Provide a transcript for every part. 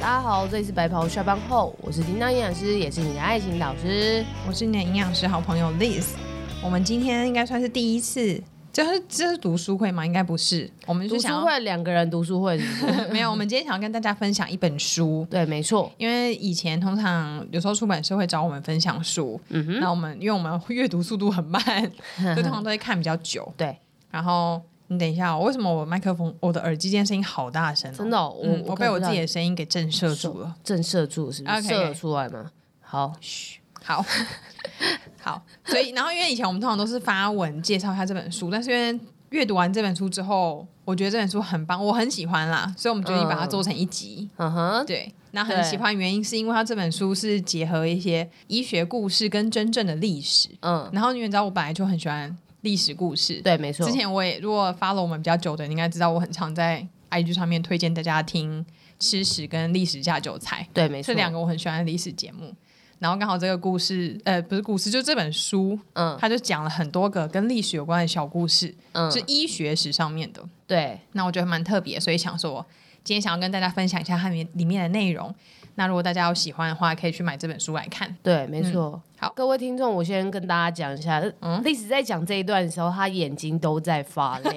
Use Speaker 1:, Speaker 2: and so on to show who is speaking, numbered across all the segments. Speaker 1: 大家好，这里是白袍下班后，我是叮当营养师，也是你的爱情导师。
Speaker 2: 我是你的营养师好朋友 Liz。我们今天应该算是第一次，这是这是读书会吗？应该不是，我们
Speaker 1: 读
Speaker 2: 是想
Speaker 1: 书
Speaker 2: 要
Speaker 1: 会两个人读书会是不是？
Speaker 2: 没有，我们今天想要跟大家分享一本书。
Speaker 1: 对，没错，
Speaker 2: 因为以前通常有时候出版社会找我们分享书，
Speaker 1: 嗯哼，
Speaker 2: 那我们因为我们阅读速度很 慢，所以通常都会看比较久。
Speaker 1: 对，
Speaker 2: 然后你等一下哦、为什么我麦克风、我的耳机今天声音好大声、哦？
Speaker 1: 真的哦、我、
Speaker 2: 嗯，我被我自己
Speaker 1: 的
Speaker 2: 的声音给震慑住了。
Speaker 1: 震慑住，是不是
Speaker 2: OK，OK
Speaker 1: 射出来嘛？好，
Speaker 2: 好 好，所以然后因为以前我们通常都是发文介绍一下这本书，但是因为阅读完这本书之后，我觉得这本书很棒，我很喜欢啦，所以我们决定把它做成一集。
Speaker 1: 嗯哼，
Speaker 2: 对，那很喜欢的原因是因为它这本书是结合一些医学故事跟真正的历史。
Speaker 1: 嗯，
Speaker 2: 然后你也知道，我本来就很喜欢历史故事。
Speaker 1: 对，没错
Speaker 2: 之，前我也如果 follow 我们比较久的，你应该知道我很常在 IG 上面推荐大家听吃史跟历史下酒菜。
Speaker 1: 对，没错，
Speaker 2: 这两个我很喜欢的历史节目。然后刚好这个故事，呃，不是故事，就这本书，
Speaker 1: 嗯
Speaker 2: 它就讲了很多个跟历史有关的小故事，
Speaker 1: 嗯，
Speaker 2: 是医学史上面的。
Speaker 1: 对，
Speaker 2: 那我觉得蛮特别，所以想说今天想要跟大家分享一下它里面里面的内容。那如果大家有喜欢的话，可以去买这本书来看。
Speaker 1: 对，没错。
Speaker 2: 嗯好嗯
Speaker 1: 各位听众，我先跟大家讲一下，历史在讲这一段的时候，他眼睛都在发 亮。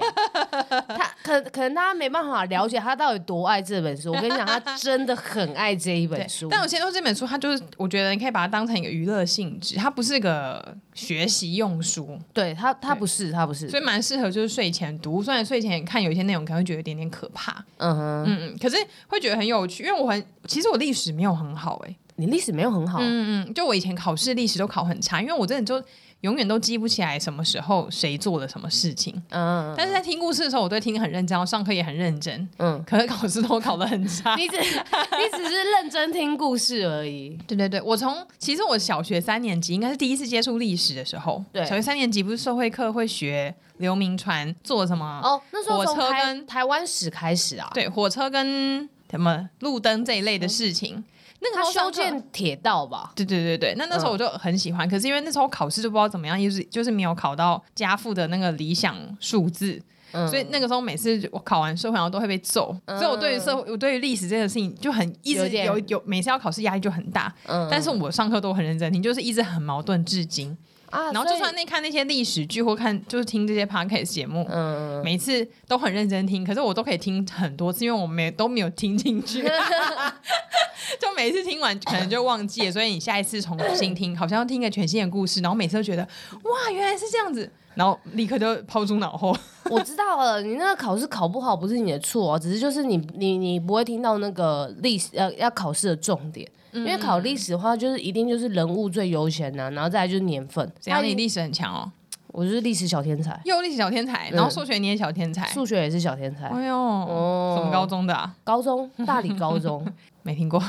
Speaker 1: 他可可能大家没办法了解他到底多爱这本书。我跟你讲，他真的很爱这一本书。
Speaker 2: 但我先说这本书，它就是我觉得你可以把它当成一个娱乐性质，它不是个学习用书，
Speaker 1: 对他，他不是，他不是。
Speaker 2: 所以蛮适合就是睡前读。虽然睡前看有一些内容可能会觉得有点点可怕，
Speaker 1: 嗯哼，
Speaker 2: 嗯嗯，可是会觉得很有趣，因为我很其实我历史没有很好哎、
Speaker 1: 你历史没有很好，
Speaker 2: 嗯嗯，就我以前考试历史都考很差，因为我真的就永远都记不起来什么时候谁做了什么事情。
Speaker 1: 嗯
Speaker 2: 但是在听故事的时候，我对听得很认真，然后上课也很认真，
Speaker 1: 嗯，
Speaker 2: 可是考试都考得 很差。
Speaker 1: 你只你只是认真听故事而已。
Speaker 2: 对对对，我从其实我小学三年级应该是第一次接触历史的时候，
Speaker 1: 对
Speaker 2: 小学三年级不是社会课会学刘铭传做什么？
Speaker 1: 哦，那时候
Speaker 2: 火
Speaker 1: 从
Speaker 2: 车
Speaker 1: 台
Speaker 2: 跟
Speaker 1: 台湾史开始啊，
Speaker 2: 对，火车跟什么路灯这一类的事情。那个
Speaker 1: 他
Speaker 2: 时候
Speaker 1: 修
Speaker 2: 上课
Speaker 1: 建铁道吧。
Speaker 2: 对对对对，那那时候我就很喜欢，可是因为那时候考试就不知道怎么样，就是就是没有考到家父的那个理想数字，
Speaker 1: 嗯
Speaker 2: 所以那个时候每次我考完社会好像都会被揍，
Speaker 1: 嗯
Speaker 2: 所以我对于社会，我对于历史这件事情就很一
Speaker 1: 有
Speaker 2: 直
Speaker 1: 点
Speaker 2: 有有每次要考试压力就很大，
Speaker 1: 嗯
Speaker 2: 但是我上课都很认真听，就是一直很矛盾至今。
Speaker 1: 啊，
Speaker 2: 然后就
Speaker 1: 所以
Speaker 2: 算那看那些历史剧或看就是听这些 podcast 节目，
Speaker 1: 嗯。
Speaker 2: 每次都很认真听，可是我都可以听很多次，因为我没都没有听进 去， 就每次听完可能就忘记了，所以你下一次重新听，好像要听一个全新的故事，然后每次都觉得哇，原来是这样子，然后立刻就抛诸 脑后。
Speaker 1: 我知道了，你那个考试考不好不是你的错、啊只是就是你你你不会听到那个历史呃要考试的重点，因为考历史的话就是一定就是人物最优先呐、啊然后再来就是年份。
Speaker 2: 怎样？
Speaker 1: 那
Speaker 2: 你历史很强哦，
Speaker 1: 我就是历史小天才，
Speaker 2: 又历史小天才，然后数学你也小天才，
Speaker 1: 数学也是小天才，
Speaker 2: 哎呦，
Speaker 1: 哦
Speaker 2: 什么高中的啊？
Speaker 1: 高中大理高 中，那
Speaker 2: 没听过。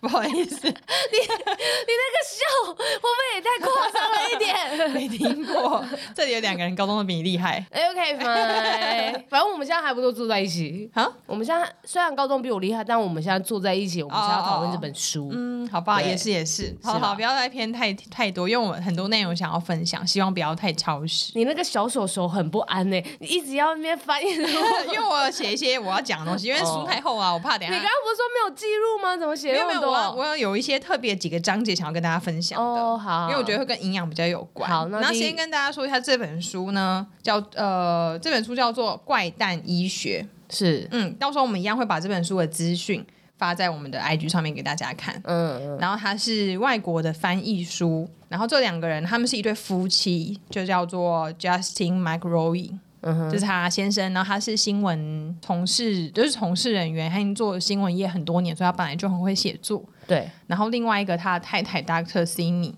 Speaker 2: 不好意思，
Speaker 1: 个笑会不会也太夸张了一点
Speaker 2: 没 听过。这里有两个人高中的比你厉害
Speaker 1: ？OK fine，反正我们现在还不都住在一起。
Speaker 2: 啊？
Speaker 1: 我们现在虽然高中比我厉害，但我们现在坐在一起，我们现在要讨论这本书。
Speaker 2: 嗯，好吧，
Speaker 1: 对
Speaker 2: 也是也是，
Speaker 1: 是啊
Speaker 2: 好
Speaker 1: 吧
Speaker 2: 好，不要再偏太太多，因为我们很多内容想要分享，希望不要太超 时。
Speaker 1: 你那个小手手很不安呢、欸你一直要那边翻 译。
Speaker 2: 因为我有写一些我要讲的东西，因为书太厚啊，我怕等
Speaker 1: 哦你
Speaker 2: 一
Speaker 1: 刚
Speaker 2: 下
Speaker 1: 刚不是说没有记录吗？怎么写
Speaker 2: 没
Speaker 1: 那
Speaker 2: 有没
Speaker 1: 么
Speaker 2: 有，
Speaker 1: 多？
Speaker 2: 我要我要有一些特别几个章节想要跟大家分享的，
Speaker 1: 哦，好，
Speaker 2: 因为我觉
Speaker 1: 得
Speaker 2: 得会跟营养比较有关。
Speaker 1: 好那
Speaker 2: 那
Speaker 1: 第一
Speaker 2: 先跟大家说一下这本书呢，叫呃，这本书叫做《怪诞医学》。
Speaker 1: 是，
Speaker 2: 嗯，到时候我们一样会把这本书的资讯发在我们的 IG 上面给大家看。
Speaker 1: 嗯嗯
Speaker 2: 然后它是外国的翻译书，然后这两个人他们是一对夫妻，就叫做 Justin McRoy，、
Speaker 1: 嗯哼，
Speaker 2: 这是他先生，然后他是新闻从事，就是从事人员，他已经做新闻业很多年，所以他本来就很会写作。
Speaker 1: 对，
Speaker 2: 然后另外一个他的太太 Dr. Cindy，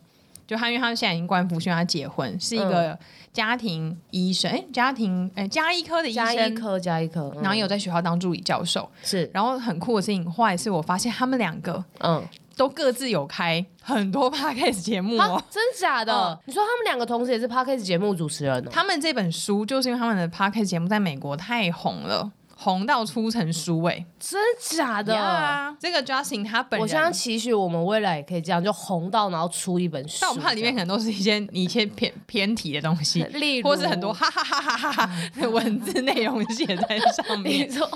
Speaker 2: 就他因为他现在已经官复宣他结婚，是一个
Speaker 1: 嗯
Speaker 2: 家庭医生，哎、家庭哎家医科的医
Speaker 1: 加一
Speaker 2: 生。
Speaker 1: 颗加一颗，嗯
Speaker 2: 然后也有在学校当助理教授，
Speaker 1: 是，
Speaker 2: 然后很酷的事情，后来是我发现他们两个
Speaker 1: 嗯，
Speaker 2: 都各自有开很多 podcast 节目哦
Speaker 1: 啊。，真假
Speaker 2: 嗯
Speaker 1: 的？你说他们两个同时也是 podcast 节目主持人哦？
Speaker 2: 他们这本书就是因为他们的 podcast 节目在美国太红了，红到出成书哎、
Speaker 1: 真假的
Speaker 2: 呀这个 Justin 他本
Speaker 1: 嗯
Speaker 2: 人，
Speaker 1: 我相信期许我们未来也可以这样，就红到然后出一本书。
Speaker 2: 但我怕里面可能都是一些你一些偏偏题的东西
Speaker 1: 这，样， 例如
Speaker 2: 或是很多哈哈哈哈哈哈的文字内容写在上
Speaker 1: 你
Speaker 2: 面。
Speaker 1: 说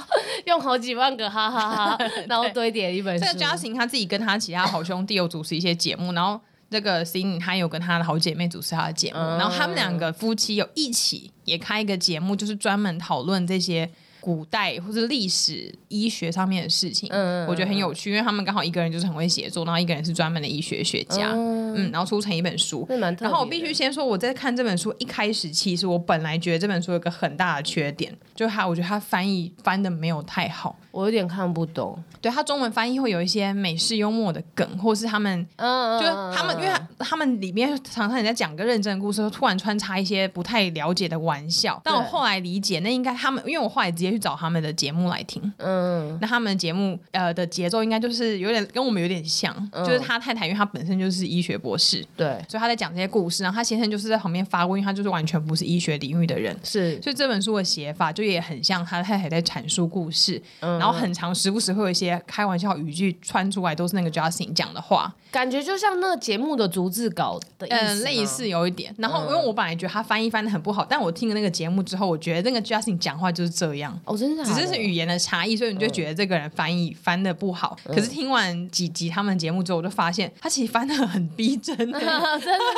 Speaker 1: 用好几万个哈哈 哈然后堆叠一本
Speaker 2: 这
Speaker 1: 书。
Speaker 2: 个 Justin 他自己跟他其他好兄弟有主持一些节目，然后那个 Cindy 他有跟他的好姐妹主持他的节目，
Speaker 1: 嗯
Speaker 2: 然后他们两个夫妻有一起也开一个节目，就是专门讨论这些。古代或是历史医学上面的事情，
Speaker 1: 嗯
Speaker 2: 我觉得很有趣，因为他们刚好一个人就是很会写作，然后一个人是专门的医学学家，
Speaker 1: 嗯
Speaker 2: 嗯，然后出成一本书，
Speaker 1: 那蛮特别的
Speaker 2: 然后我必须先说，我在看这本书一开始，其实我本来觉得这本书有个很大的缺点，就它，我觉得它翻译翻的没有太好。
Speaker 1: 我有点看不懂，
Speaker 2: 对它中文翻译会有一些美式幽默的梗，或是他们
Speaker 1: 嗯，
Speaker 2: 就是
Speaker 1: 嗯
Speaker 2: 他们，因为他他们里面常常你在讲个认真的故事，时候，突然穿插一些不太了解的玩笑。但我
Speaker 1: 对
Speaker 2: 后来理解，那应该他们，因为我后来直接去找他们的节目来听，
Speaker 1: 嗯
Speaker 2: 那他们的节目呃的节奏应该就是有点跟我们有点像，
Speaker 1: 嗯
Speaker 2: 就是他太太，因为他本身就是医学博士，
Speaker 1: 对
Speaker 2: 所以他在讲这些故事，然后他先生就是在旁边发问，因为他就是完全不是医学领域的人，
Speaker 1: 是，
Speaker 2: 所以这本书的写法就也很像他太太在阐述故事，
Speaker 1: 嗯
Speaker 2: 然后很长时不时会有一些开玩笑语句穿出来，都是那个 Justin 讲的话，
Speaker 1: 感觉就像那个节目的逐字稿的意思吗，
Speaker 2: 嗯，类似有一点。然后因为我本来觉得他翻译翻的很不好，但我听了那个节目之后，我觉得那个 Justin 讲话就是这样。
Speaker 1: 哦，真的
Speaker 2: 只
Speaker 1: 假的
Speaker 2: 是是语言的差异，所以你就觉得这个人翻
Speaker 1: 嗯
Speaker 2: 译翻的不好。可是听完几集他们节目之后，我就发现他其实翻的很逼真、欸。
Speaker 1: 真的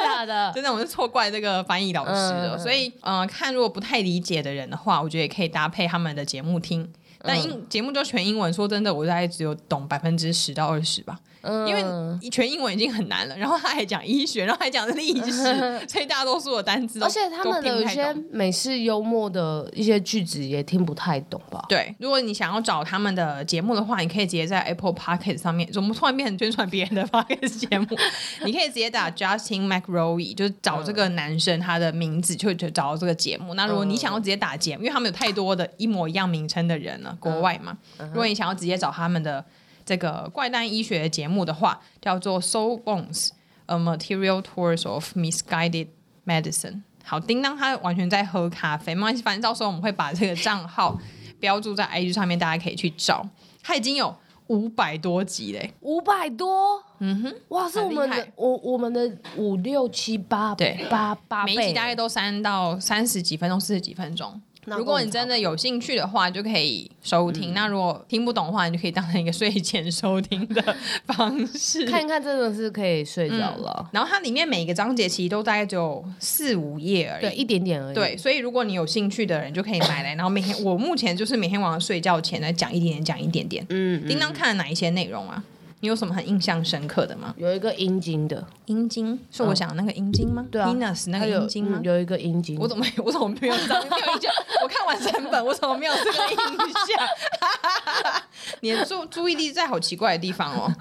Speaker 1: 假 的？
Speaker 2: 真的，我是错怪这个翻译老师
Speaker 1: 嗯
Speaker 2: 的。
Speaker 1: 嗯嗯
Speaker 2: 所以，呃，看如果不太理解的人的话，我觉得也可以搭配他们的节目听。但英、
Speaker 1: 嗯
Speaker 2: 节目就全英文，说真的，我大概只有懂百分之十到二十吧，
Speaker 1: 嗯
Speaker 2: 因为全英文已经很难了。然后他还讲医学，然后还讲历 史，所以大多数的单词都
Speaker 1: 而且他们的
Speaker 2: 都听
Speaker 1: 有
Speaker 2: 不太
Speaker 1: 些
Speaker 2: 懂
Speaker 1: 美式幽默的一些句子也听不太懂吧？
Speaker 2: 对，如果你想要找他们的节目的话，你可以直接在 Apple p o c k e t 上面，我们突然变成宣传别人的 p o c k e t 节目，你可以直接打 Justin McRoy，就是找这个男生他的名字，就就找到这个节目。那如果你想要直接打节目，因为他们有太多的一模一样名称的人了，国外嘛，如果你想要直接找他们的这个怪诞医学节目的话，叫做 Soul Bones。A Material Tours of Misguided Medicine。好，叮当他完全在喝咖啡，没关系，反正到时候我们会把这个账号标注在 IG 上面，大家可以去找。他已经有五百多集嘞，
Speaker 1: 五百多，嗯哼，哇，是
Speaker 2: 很
Speaker 1: 我
Speaker 2: 厉
Speaker 1: 们的
Speaker 2: 害
Speaker 1: 我我们的五六七八
Speaker 2: 对
Speaker 1: 八八
Speaker 2: 每
Speaker 1: 倍，
Speaker 2: 一集大概都三到三十几分钟、四十几分钟。
Speaker 1: 那嗯
Speaker 2: 如果你
Speaker 1: 够
Speaker 2: 真的有兴趣的话，就可以收听。那如果听不懂的话，你就可以当成一个睡前收听的方 式。
Speaker 1: 看一看，真的是可以睡着了，
Speaker 2: 然后它里面每一个章节其实都大概只有四五页嗯而已
Speaker 1: 对，，一点点而已，
Speaker 2: 对，所以如果你有兴趣的人就可以买来，然后每天我目前就是每天晚上睡觉前来讲一点点，讲一点点。
Speaker 1: 嗯，嗯，
Speaker 2: 叮当看了哪一些内容啊？你有什么很印象深刻的吗？
Speaker 1: 有一个阴茎的，
Speaker 2: 阴茎是我想的那个阴茎吗？
Speaker 1: 对啊
Speaker 2: p e n i s 那
Speaker 1: 它
Speaker 2: 个
Speaker 1: 有
Speaker 2: 啊阴茎吗
Speaker 1: 嗯？有一个阴茎，
Speaker 2: 我怎么我怎么没有这样没有印象？ 我看完整本，我怎么没有这个印象？ 你的注注意力在好奇怪的地方哦。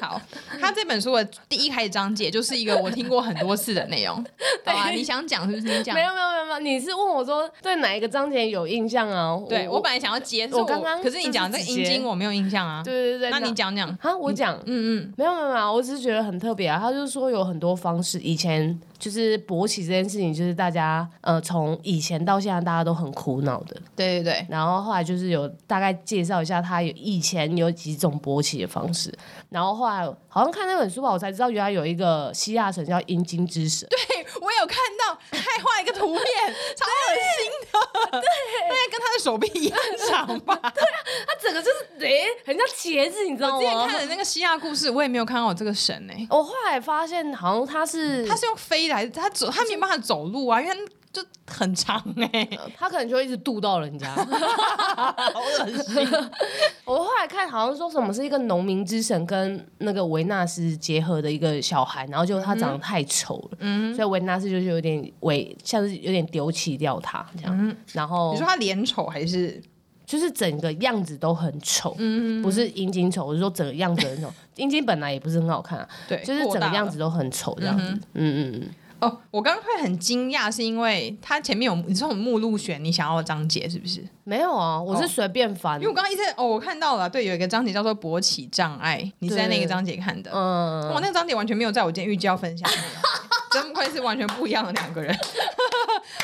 Speaker 2: 好，他这本书的第一开始章节就是一个我听过很多次的内容。好啊，你想讲是不是？你讲
Speaker 1: 没有没有没有没有，你是问我说对哪一个章节有印象啊？
Speaker 2: 对我本来想要接，是
Speaker 1: 我刚刚
Speaker 2: 可是你讲这
Speaker 1: 就
Speaker 2: 个
Speaker 1: 是直
Speaker 2: 阴
Speaker 1: 接
Speaker 2: 茎我没有印象啊。
Speaker 1: 对对对，
Speaker 2: 那你讲讲，
Speaker 1: 啊，我讲，
Speaker 2: 嗯嗯，
Speaker 1: 没有没有没有，我只是觉得很特别啊。他就是说有很多方式，以前就是勃起这件事情，就是大家呃从以前到现在大家都很苦恼的。
Speaker 2: 对对对，
Speaker 1: 然后后来就是有大概介绍一下他有以前有几种勃起的方式，然后后来好像看那本书吧，我才知道原来有一个希腊神叫阴茎之神。对，
Speaker 2: 嘿，我有看到，还画一个图片，超恶心的，对，大概跟他的手臂一样长吧。
Speaker 1: 他整个就是诶、很像茄子，你知道
Speaker 2: 之前
Speaker 1: 吗
Speaker 2: 看？的那个希腊故事，我也没有看到有这个神哎，
Speaker 1: 我后来发现好像他是
Speaker 2: 他是用飞的还是他走，他没有办法走路啊，因为他就很长哎，
Speaker 1: 他可能就一直渡到人家。
Speaker 2: 好恶心。
Speaker 1: 我后来看好像说什么是一个农民之神跟那个维纳斯结合的一个小孩，然后结果他长得太丑了，所以维纳斯就是有点为像是有点丢弃掉他这样，然后
Speaker 2: 你说他脸丑还是
Speaker 1: 就是整个样子都很丑，不是阴茎丑，我是说整个样子很丑，阴茎本来也不是很好看、啊，
Speaker 2: 对？
Speaker 1: 就是整
Speaker 2: 过
Speaker 1: 个
Speaker 2: 大
Speaker 1: 样
Speaker 2: 了
Speaker 1: 子都很丑这样子，嗯嗯嗯，
Speaker 2: 哦，我刚刚会很惊讶，是因为他前面有你说有目录选你想要的章节是不是？
Speaker 1: 没有啊，我是随便翻
Speaker 2: 因为，我刚刚一直哦，我看到了，对，有一个章节叫做勃起障碍，你是在那个章节看的。
Speaker 1: 嗯，
Speaker 2: 哇，那个 章节完全没有在我今天预计要分享的内容，真不愧是完全不一样的两个人。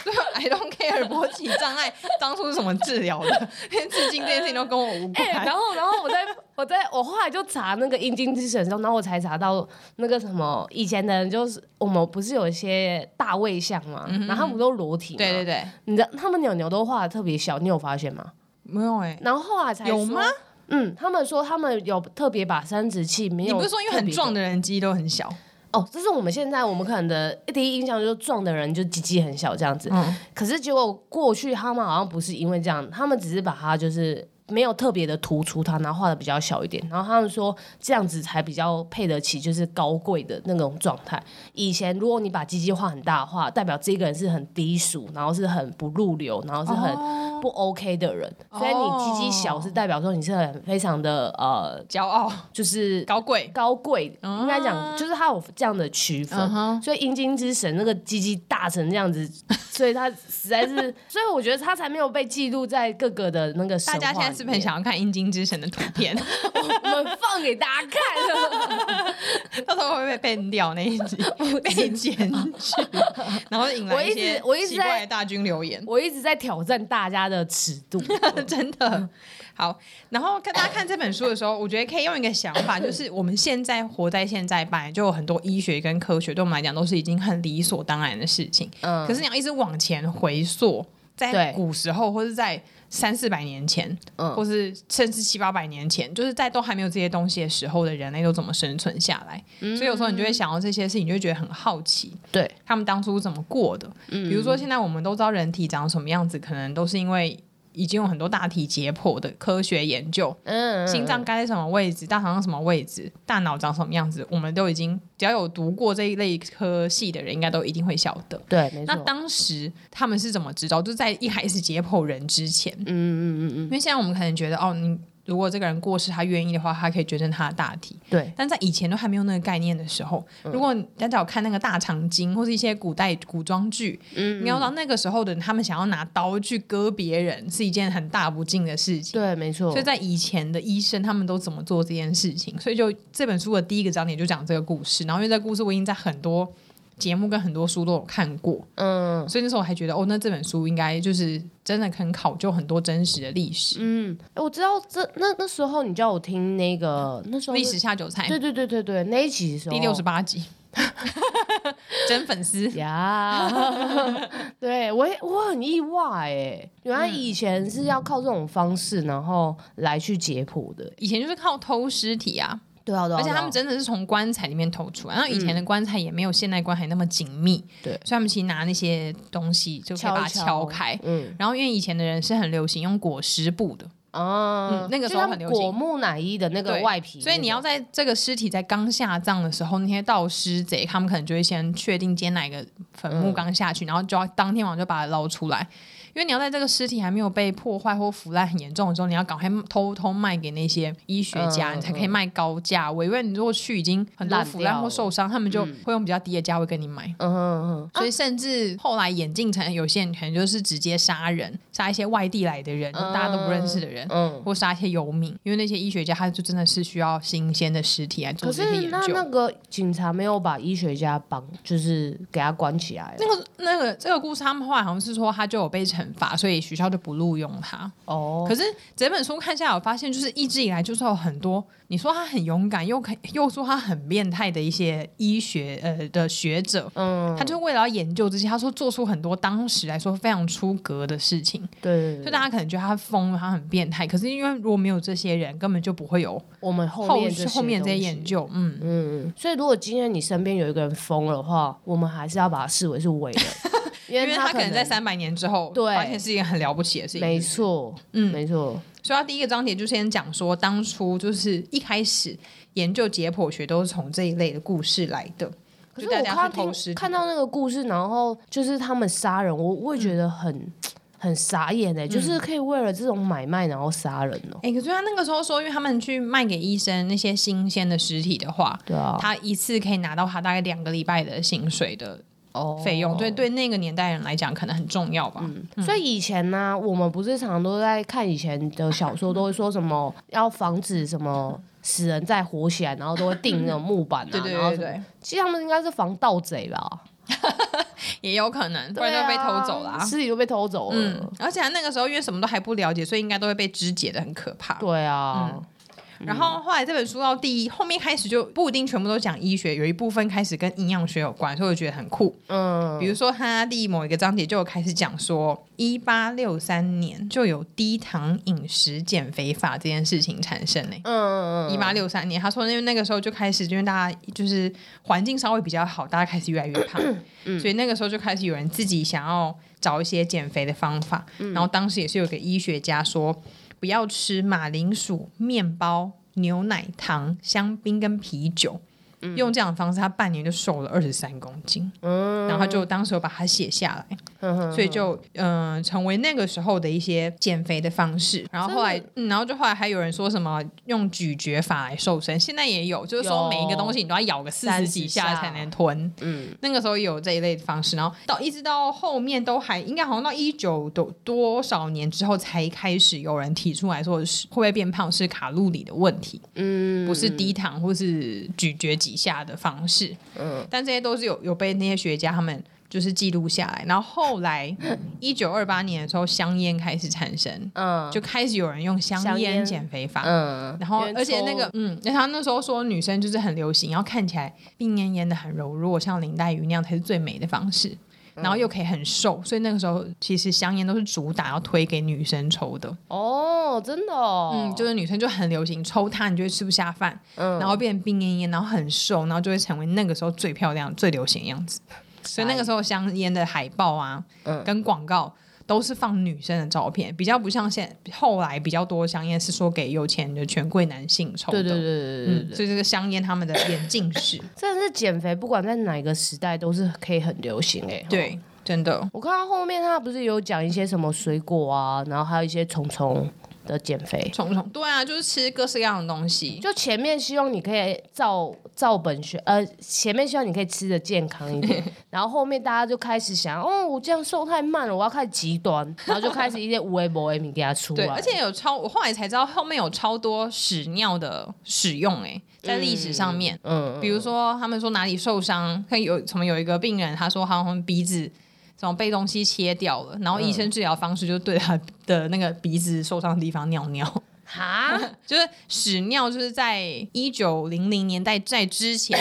Speaker 2: 对，I don't care 勃起障碍当初是怎么治疗的，连至今这件事情都跟我无
Speaker 1: 哎、
Speaker 2: 关。
Speaker 1: 然后，然后我在 我在我后来就查那个阴茎之神的时候，然后我才查到那个什么，以前的人就是我们不是有一些大卫像嘛，嗯然后他们都裸体，
Speaker 2: 对对，对，
Speaker 1: 你知道他们扭扭都画的特别小，你有发现吗？
Speaker 2: 没有哎、
Speaker 1: 然后后来才
Speaker 2: 有
Speaker 1: 说
Speaker 2: 吗？
Speaker 1: 嗯，他们说他们有特别把生殖器没
Speaker 2: 你
Speaker 1: 有，
Speaker 2: 不是说因为很壮的人肌都很小？
Speaker 1: 哦，这是我们现在我们可能的第一印象就是壮的人就鸡鸡很小这样子，
Speaker 2: 嗯，
Speaker 1: 可是结果过去他们好像不是因为这样，他们只是把它就是没有特别的突出它，然后画的比较小一点，然后他们说这样子才比较配得起就是高贵的那种状态。以前如果你把鸡鸡画很大的话，代表这个人是很低俗，然后是很不入流，然后是很不 OK 的人，所以你鸡鸡小是代表说你是很非常的呃，
Speaker 2: 骄傲、
Speaker 1: 就是
Speaker 2: 高贵，
Speaker 1: 高贵，应该讲就是他有这样的区分
Speaker 2: 哦嗯哼
Speaker 1: 所以阴茎之神那个鸡鸡大成这样 子，所以他实在是， 所以我觉得他才没有被记录在各个的那个神
Speaker 2: 大
Speaker 1: 话
Speaker 2: 家现在是不是很想要看阴茎之神的图片？
Speaker 1: 里面，我们放给大家看？
Speaker 2: 到时候会不会被 ban 掉那一 集，被检举， 然后引来
Speaker 1: 我一直
Speaker 2: 些
Speaker 1: 我一直
Speaker 2: 奇怪
Speaker 1: 在
Speaker 2: 的大军留言，
Speaker 1: 我一直在挑战大家的尺 度，
Speaker 2: 真
Speaker 1: 嗯
Speaker 2: 的好。然后跟大家看这本书的时候，我觉得可以用一个想法，就是我们现在活在现在，本来就有很多医学跟科学对我们来讲都是已经很理所当然的事情。
Speaker 1: 嗯，
Speaker 2: 可是你要一直往前回溯，在
Speaker 1: 对
Speaker 2: 古时候或是在三四百年前，
Speaker 1: 嗯
Speaker 2: 或是甚至七八百年前，就是在都还没有这些东西的时候的人类都怎么生存下来？
Speaker 1: 嗯
Speaker 2: 所以有时候你就会想到这些事情，你就会觉得很好奇，
Speaker 1: 对，
Speaker 2: 他们当初怎么过的？比如说现在我们都知道人体长什么样子，可能都是因为。已经有很多大体解剖的科学研究，
Speaker 1: 嗯，
Speaker 2: 心脏该在什么位置，大肠在什么位置，大脑长什么样子，我们都已经只要有读过这一类科系的人，应该都一定会晓得。
Speaker 1: 对，没
Speaker 2: 那
Speaker 1: 错，
Speaker 2: 当时他们是怎么知道？就是在一开始解剖人之前，嗯嗯嗯嗯，因为现在我们可能觉得，哦，你如果这个人过世，他愿意的话，他可以捐赠他的大体。
Speaker 1: 对，
Speaker 2: 但在以前都还没有那个概念的时候，
Speaker 1: 嗯
Speaker 2: 如果大家有看那个大长今或是一些古代古装剧，
Speaker 1: 嗯
Speaker 2: 你要知道那个时候的人他们想要拿刀去割别人是一件很大不敬的事情。
Speaker 1: 对，没错
Speaker 2: 所以，在以前的医生他们都怎么做这件事情，所以就这本书的第一个章节就讲这个故事。然后因为这个故事我已经在很多节目跟很多书都有看过，
Speaker 1: 嗯。
Speaker 2: 所以那时候我还觉得哦，那这本书应该就是真的很考究很多真实的历
Speaker 1: 嗯
Speaker 2: 史。
Speaker 1: 我知道这那那时候你叫我听那个那时候
Speaker 2: 历
Speaker 1: 是
Speaker 2: 史下酒菜
Speaker 1: 对对对对对那一集的时候
Speaker 2: 第六十 八集，真粉丝。
Speaker 1: 呀 对我也我很意外哎，原
Speaker 2: 嗯
Speaker 1: 来以前是要靠这种方式，然后来去解剖的。
Speaker 2: 以前就是靠偷尸体啊，
Speaker 1: 对啊，对啊，
Speaker 2: 而且
Speaker 1: 对啊
Speaker 2: 他们真的是从棺材里面偷出来。然后以前的棺材也没有现代棺材那么紧密，
Speaker 1: 嗯对
Speaker 2: 所以他们其实拿那些东西就可以
Speaker 1: 敲一
Speaker 2: 把它敲开。
Speaker 1: 嗯
Speaker 2: 然后因为以前的人是很流行用裹尸布的，
Speaker 1: 啊
Speaker 2: 嗯，那个时
Speaker 1: 就
Speaker 2: 候
Speaker 1: 他们
Speaker 2: 很流行
Speaker 1: 果木乃伊的那个
Speaker 2: 对
Speaker 1: 外皮那种，
Speaker 2: 所以你要在这个尸体在刚下葬的时候，那些盗尸贼他们可能就会先确定今天哪一个坟
Speaker 1: 嗯
Speaker 2: 墓刚下去，然后就要当天晚上就把它捞出来，因为你要在这个尸体还没有被破坏或腐烂很严重的时候，你要赶快偷偷卖给那些医学家，
Speaker 1: 嗯
Speaker 2: 你才可以卖高价位，因为你如果去已经很多
Speaker 1: 烂
Speaker 2: 腐烂
Speaker 1: 掉嗯
Speaker 2: 或
Speaker 1: 了
Speaker 2: 受伤，他们就会用比较低的价位跟你买。
Speaker 1: 嗯嗯
Speaker 2: 所以甚至后来演进成有些人可能就是直接杀人，杀一些外地来的人，
Speaker 1: 嗯
Speaker 2: 大家都不认识的人
Speaker 1: 嗯，嗯。
Speaker 2: 或杀一些游民，因为那些医学家他就真的是需要新鲜的尸体来做
Speaker 1: 可
Speaker 2: 这些
Speaker 1: 是
Speaker 2: 研
Speaker 1: 那
Speaker 2: 究。
Speaker 1: 那个警察没有把医学家绑，就是给他关起来了
Speaker 2: 那个那个这个故事，他们后来好像是说他就有被惩罚，所以学校就不录用他。
Speaker 1: 哦。
Speaker 2: 可是整本书看下来，我发现就是一直以来就是有很多你说他很勇敢，又可又说他很变态的一些医学呃的学者，
Speaker 1: 嗯，
Speaker 2: 他就为了要研究这些，他说做出很多当时来说非常出格的事情。
Speaker 1: 对，对
Speaker 2: 就
Speaker 1: 对
Speaker 2: 大家可能觉得他疯了，他很变态。可是因为如果没有这些人，根本就不会有
Speaker 1: 我们后
Speaker 2: 后
Speaker 1: 面这些
Speaker 2: 后面这些
Speaker 1: 东西
Speaker 2: 研究。嗯，
Speaker 1: 嗯，所以如果今天你身边有一个人疯了的话，我们还是要把他视为是 伪人，因
Speaker 2: 因为
Speaker 1: 为
Speaker 2: 他
Speaker 1: 可
Speaker 2: 可能在三百年之后，
Speaker 1: 对
Speaker 2: 发现是一件很了不起的事
Speaker 1: 没
Speaker 2: 情。
Speaker 1: 错，
Speaker 2: 嗯
Speaker 1: 没错，
Speaker 2: 所以他第一个章节就先讲说，当初就是一开始研究解剖学都是从这一类的故事来的。
Speaker 1: 可
Speaker 2: 就是大
Speaker 1: 我
Speaker 2: 家
Speaker 1: 看
Speaker 2: 去偷
Speaker 1: 听
Speaker 2: 尸体
Speaker 1: 看到那个故事，然后就是他们杀人，我我也觉得
Speaker 2: 嗯
Speaker 1: 很、很傻眼哎、就是可以为了这种买卖然后杀人哦、
Speaker 2: 哎、可是他那个时候说，因为他们去卖给医生那些新鲜的尸体的话，
Speaker 1: 对啊，
Speaker 2: 他一次可以拿到他大概两个礼拜的薪水的
Speaker 1: 哦嗯
Speaker 2: 费用，对，对，那个年代人来讲可能很重要吧。
Speaker 1: 所以以前呢、我们不是常常都在看以前的小说，都会说什 么要防止什么死人再活起来，然后都会钉那种木板啊，
Speaker 2: 对对
Speaker 1: 然后
Speaker 2: 对
Speaker 1: 什么
Speaker 2: 对，
Speaker 1: 其实他们应该是防盗贼吧。
Speaker 2: 也有可能，不
Speaker 1: 对啊
Speaker 2: 然就被偷走啦。
Speaker 1: 尸体都被偷走了。
Speaker 2: 嗯，而且他那个时候因为什么都还不了解，所以应该都会被肢解的很可怕。
Speaker 1: 对啊，
Speaker 2: 然后后来这本书到第一后面开始就不一定全部都讲医学，有一部分开始跟营养学有关，所以我觉得很酷。
Speaker 1: 嗯，
Speaker 2: 比如说，他第某一个章节就有开始讲说，一八六三年就有低糖饮食减肥法这件事情产生呢、
Speaker 1: 嗯嗯
Speaker 2: 一八六三年，他说因为那个时候就开始，因为大家就是环境稍微比较好，大家开始越来越胖，所以那个时候就开始有人自己想要找一些减肥的方法。然后当时也是有个医学家说，不要吃马铃薯、面包、牛奶、糖、香槟跟啤酒。用这样的方式，他半年就瘦了二十三公斤，然后他就当时有把它写下来，所以就嗯、呃成为那个时候的一些减肥的方式。然后后来，嗯然后就后来还有人说什么用咀嚼法来瘦身，现在也有，就是说
Speaker 1: 有
Speaker 2: 每一个东西你都要咬个四十几下
Speaker 1: 30
Speaker 2: 才能吞。嗯，那个时候也有这一类的方式，然后到一直到后面都还应该好像到一九多多少年之后才开始有人提出来说是会不会变胖是卡路里的问题。
Speaker 1: 嗯
Speaker 2: 不是低糖或是咀嚼几下的方式，
Speaker 1: 嗯
Speaker 2: 但这些都是有有被那些学家他们就是记录下来。然后 后来一九二八年的时候，香烟开始产生，
Speaker 1: 嗯
Speaker 2: 就开始有人用香
Speaker 1: 香
Speaker 2: 烟
Speaker 1: 烟
Speaker 2: 减肥法。
Speaker 1: 嗯，
Speaker 2: 然后
Speaker 1: 有人，
Speaker 2: 而且那个
Speaker 1: 抽，
Speaker 2: 嗯，那他那时候说女生就是很流行，要看起来病恹恹的、很柔弱，像林黛玉那样才是最美的方式，
Speaker 1: 嗯
Speaker 2: 然后又可以很瘦，所以那个时候其实香烟都是主打要推给女生抽的。
Speaker 1: 哦，真的哦，
Speaker 2: 嗯，就是女生就很流行抽它，你就会吃不下饭，
Speaker 1: 嗯
Speaker 2: 然后变病恹恹，然后很瘦，然后就会成为那个时候最漂亮、最流行的样子。所以那个时候香烟的海报啊，
Speaker 1: 嗯
Speaker 2: 跟广告都是放女生的照片，比较不像现后来比较多香烟是说给有钱的权贵男性抽的。
Speaker 1: 对对对对对对
Speaker 2: 嗯，所以这个香烟他们的眼镜是，
Speaker 1: 真的是减肥，不管在哪一个时代都是可以很流行哎、欸。齁，
Speaker 2: 对，真的。
Speaker 1: 我看到后面他不是有讲一些什么水果啊，然后还有一些虫虫的减肥。
Speaker 2: 虫虫，对啊，就是吃各式各样的东西，
Speaker 1: 就前面希望你可以照照本宣，呃，前面希望你可以吃的健康一 点，然后后面大家就开始想，哦，我这样瘦太慢了，我要开始极端，然后就开始一些无为不为米给他出来，
Speaker 2: 对，而且有超，我后来才知道后面有超多屎尿的使用、欸，在历史上面，
Speaker 1: 嗯，
Speaker 2: 比如说他们说哪里受伤，看有什么有一个病人，他说他好像鼻子。什么被东西切掉了，然后医生治疗方式就对他的那个鼻子受伤的地方尿尿，
Speaker 1: 哈，
Speaker 2: 就是屎尿，就是在一九零零年代在 之前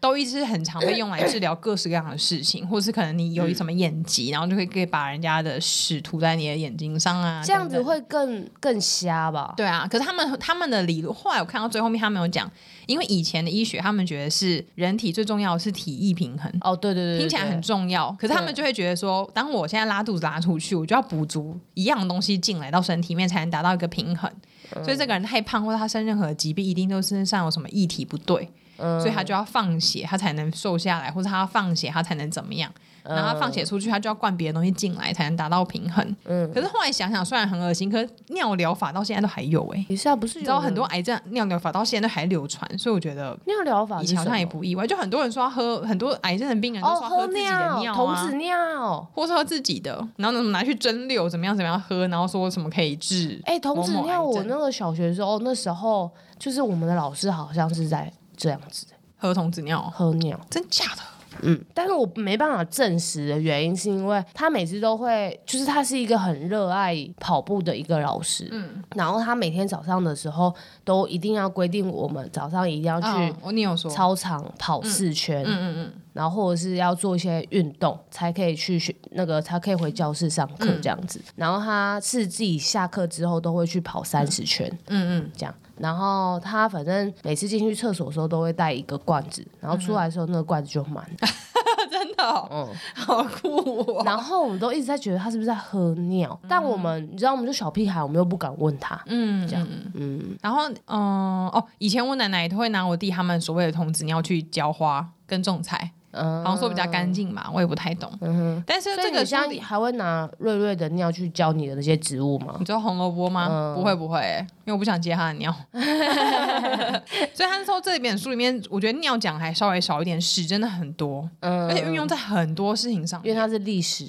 Speaker 2: 都一直很常被用来治疗各式各样的事情，或是可能你有什么眼疾，然后就可以可以把人家的屎涂在你的眼睛上啊，
Speaker 1: 这样
Speaker 2: 等
Speaker 1: 子
Speaker 2: 等
Speaker 1: 会更更瞎吧？
Speaker 2: 对啊，可是他们他们的理论，后来我看到最后面，他们有讲，因为以前的医学，他们觉得是人体最重要的是体液平衡，
Speaker 1: 哦，对对对对
Speaker 2: 听起来很重要。可是他们就会觉得说，当我现在拉肚子拉出去，我就要补足一样东西进来到身体里面，才能达到一个平衡。
Speaker 1: 嗯
Speaker 2: 所以这个人太胖，或者他生任何疾病，一定都身上有什么议题不对，
Speaker 1: 嗯
Speaker 2: 所以他就要放血，他才能瘦下来，或者他要放血，他才能怎么样。
Speaker 1: 嗯
Speaker 2: 然后他放血出去，他就要灌别的东西进来，才能达到平衡。
Speaker 1: 嗯
Speaker 2: 可是后来想想，虽然很恶心，可是尿疗法到现在都还有哎、
Speaker 1: 以下不是
Speaker 2: 你
Speaker 1: 有
Speaker 2: 知道很多
Speaker 1: 人
Speaker 2: 癌症尿疗法到现在都还流传，所以我觉得
Speaker 1: 尿疗法
Speaker 2: 以
Speaker 1: 啊是
Speaker 2: 前好
Speaker 1: 什
Speaker 2: 像也
Speaker 1: 么
Speaker 2: 不意外，就很多人说要喝很多癌症的病人都
Speaker 1: 哦，
Speaker 2: 说要喝自己的
Speaker 1: 尿，
Speaker 2: 尿
Speaker 1: 童
Speaker 2: 啊
Speaker 1: 子，尿。
Speaker 2: 或是喝自己的，然后呢拿去蒸馏，怎么样怎么样喝，然后说什么可以治。
Speaker 1: 哎、童子
Speaker 2: 某某
Speaker 1: 尿，
Speaker 2: 癌
Speaker 1: 我
Speaker 2: 症
Speaker 1: 那个小学的时候，那时候就是我们的老师好像是在这样子
Speaker 2: 喝童子尿，
Speaker 1: 喝尿，
Speaker 2: 真假的？
Speaker 1: 嗯，但是我没办法证实的原因是因为他每次都会，就是他是一个很热爱跑步的一个老师，嗯，然后他每天早上的时候都一定要规定我们早上一定要去
Speaker 2: 嗯，我你有说，
Speaker 1: 操场跑四圈，嗯嗯嗯，然后或者是要做一些运动，才可以去学那个，才可以回教室上课这样
Speaker 2: 嗯
Speaker 1: 子。然后他是自己下课之后都会去跑三十圈，
Speaker 2: 嗯嗯，
Speaker 1: 这样。然后他反正每次进去厕所的时候都会带一个罐子，然后出来的时候那个罐子就满。
Speaker 2: 真的哦，
Speaker 1: 嗯，
Speaker 2: 好酷哦。
Speaker 1: 然后我们都一直在觉得他是不是在喝尿，但我们你知道我们就小屁孩，我们又不敢问他。
Speaker 2: 嗯，
Speaker 1: 这样
Speaker 2: 嗯，嗯然后，嗯，哦，以前我奶奶都会拿我弟他们所谓的童子尿去浇花跟种菜，
Speaker 1: 嗯，
Speaker 2: 好像说比较干净嘛，我也不太懂。但是
Speaker 1: 所以
Speaker 2: 这个
Speaker 1: 你
Speaker 2: 书
Speaker 1: 现在
Speaker 2: 里，
Speaker 1: 还会拿瑞瑞的尿去浇你的那些植物吗？
Speaker 2: 你知道红萝卜吗？
Speaker 1: 嗯
Speaker 2: 不会不会、因为我不想接他的尿。 所以他说这本书里面，我觉得尿讲还稍微少一点，屎真的很多，
Speaker 1: 嗯
Speaker 2: 而且运用在很多事情上
Speaker 1: 因为
Speaker 2: 面。
Speaker 1: 它是历史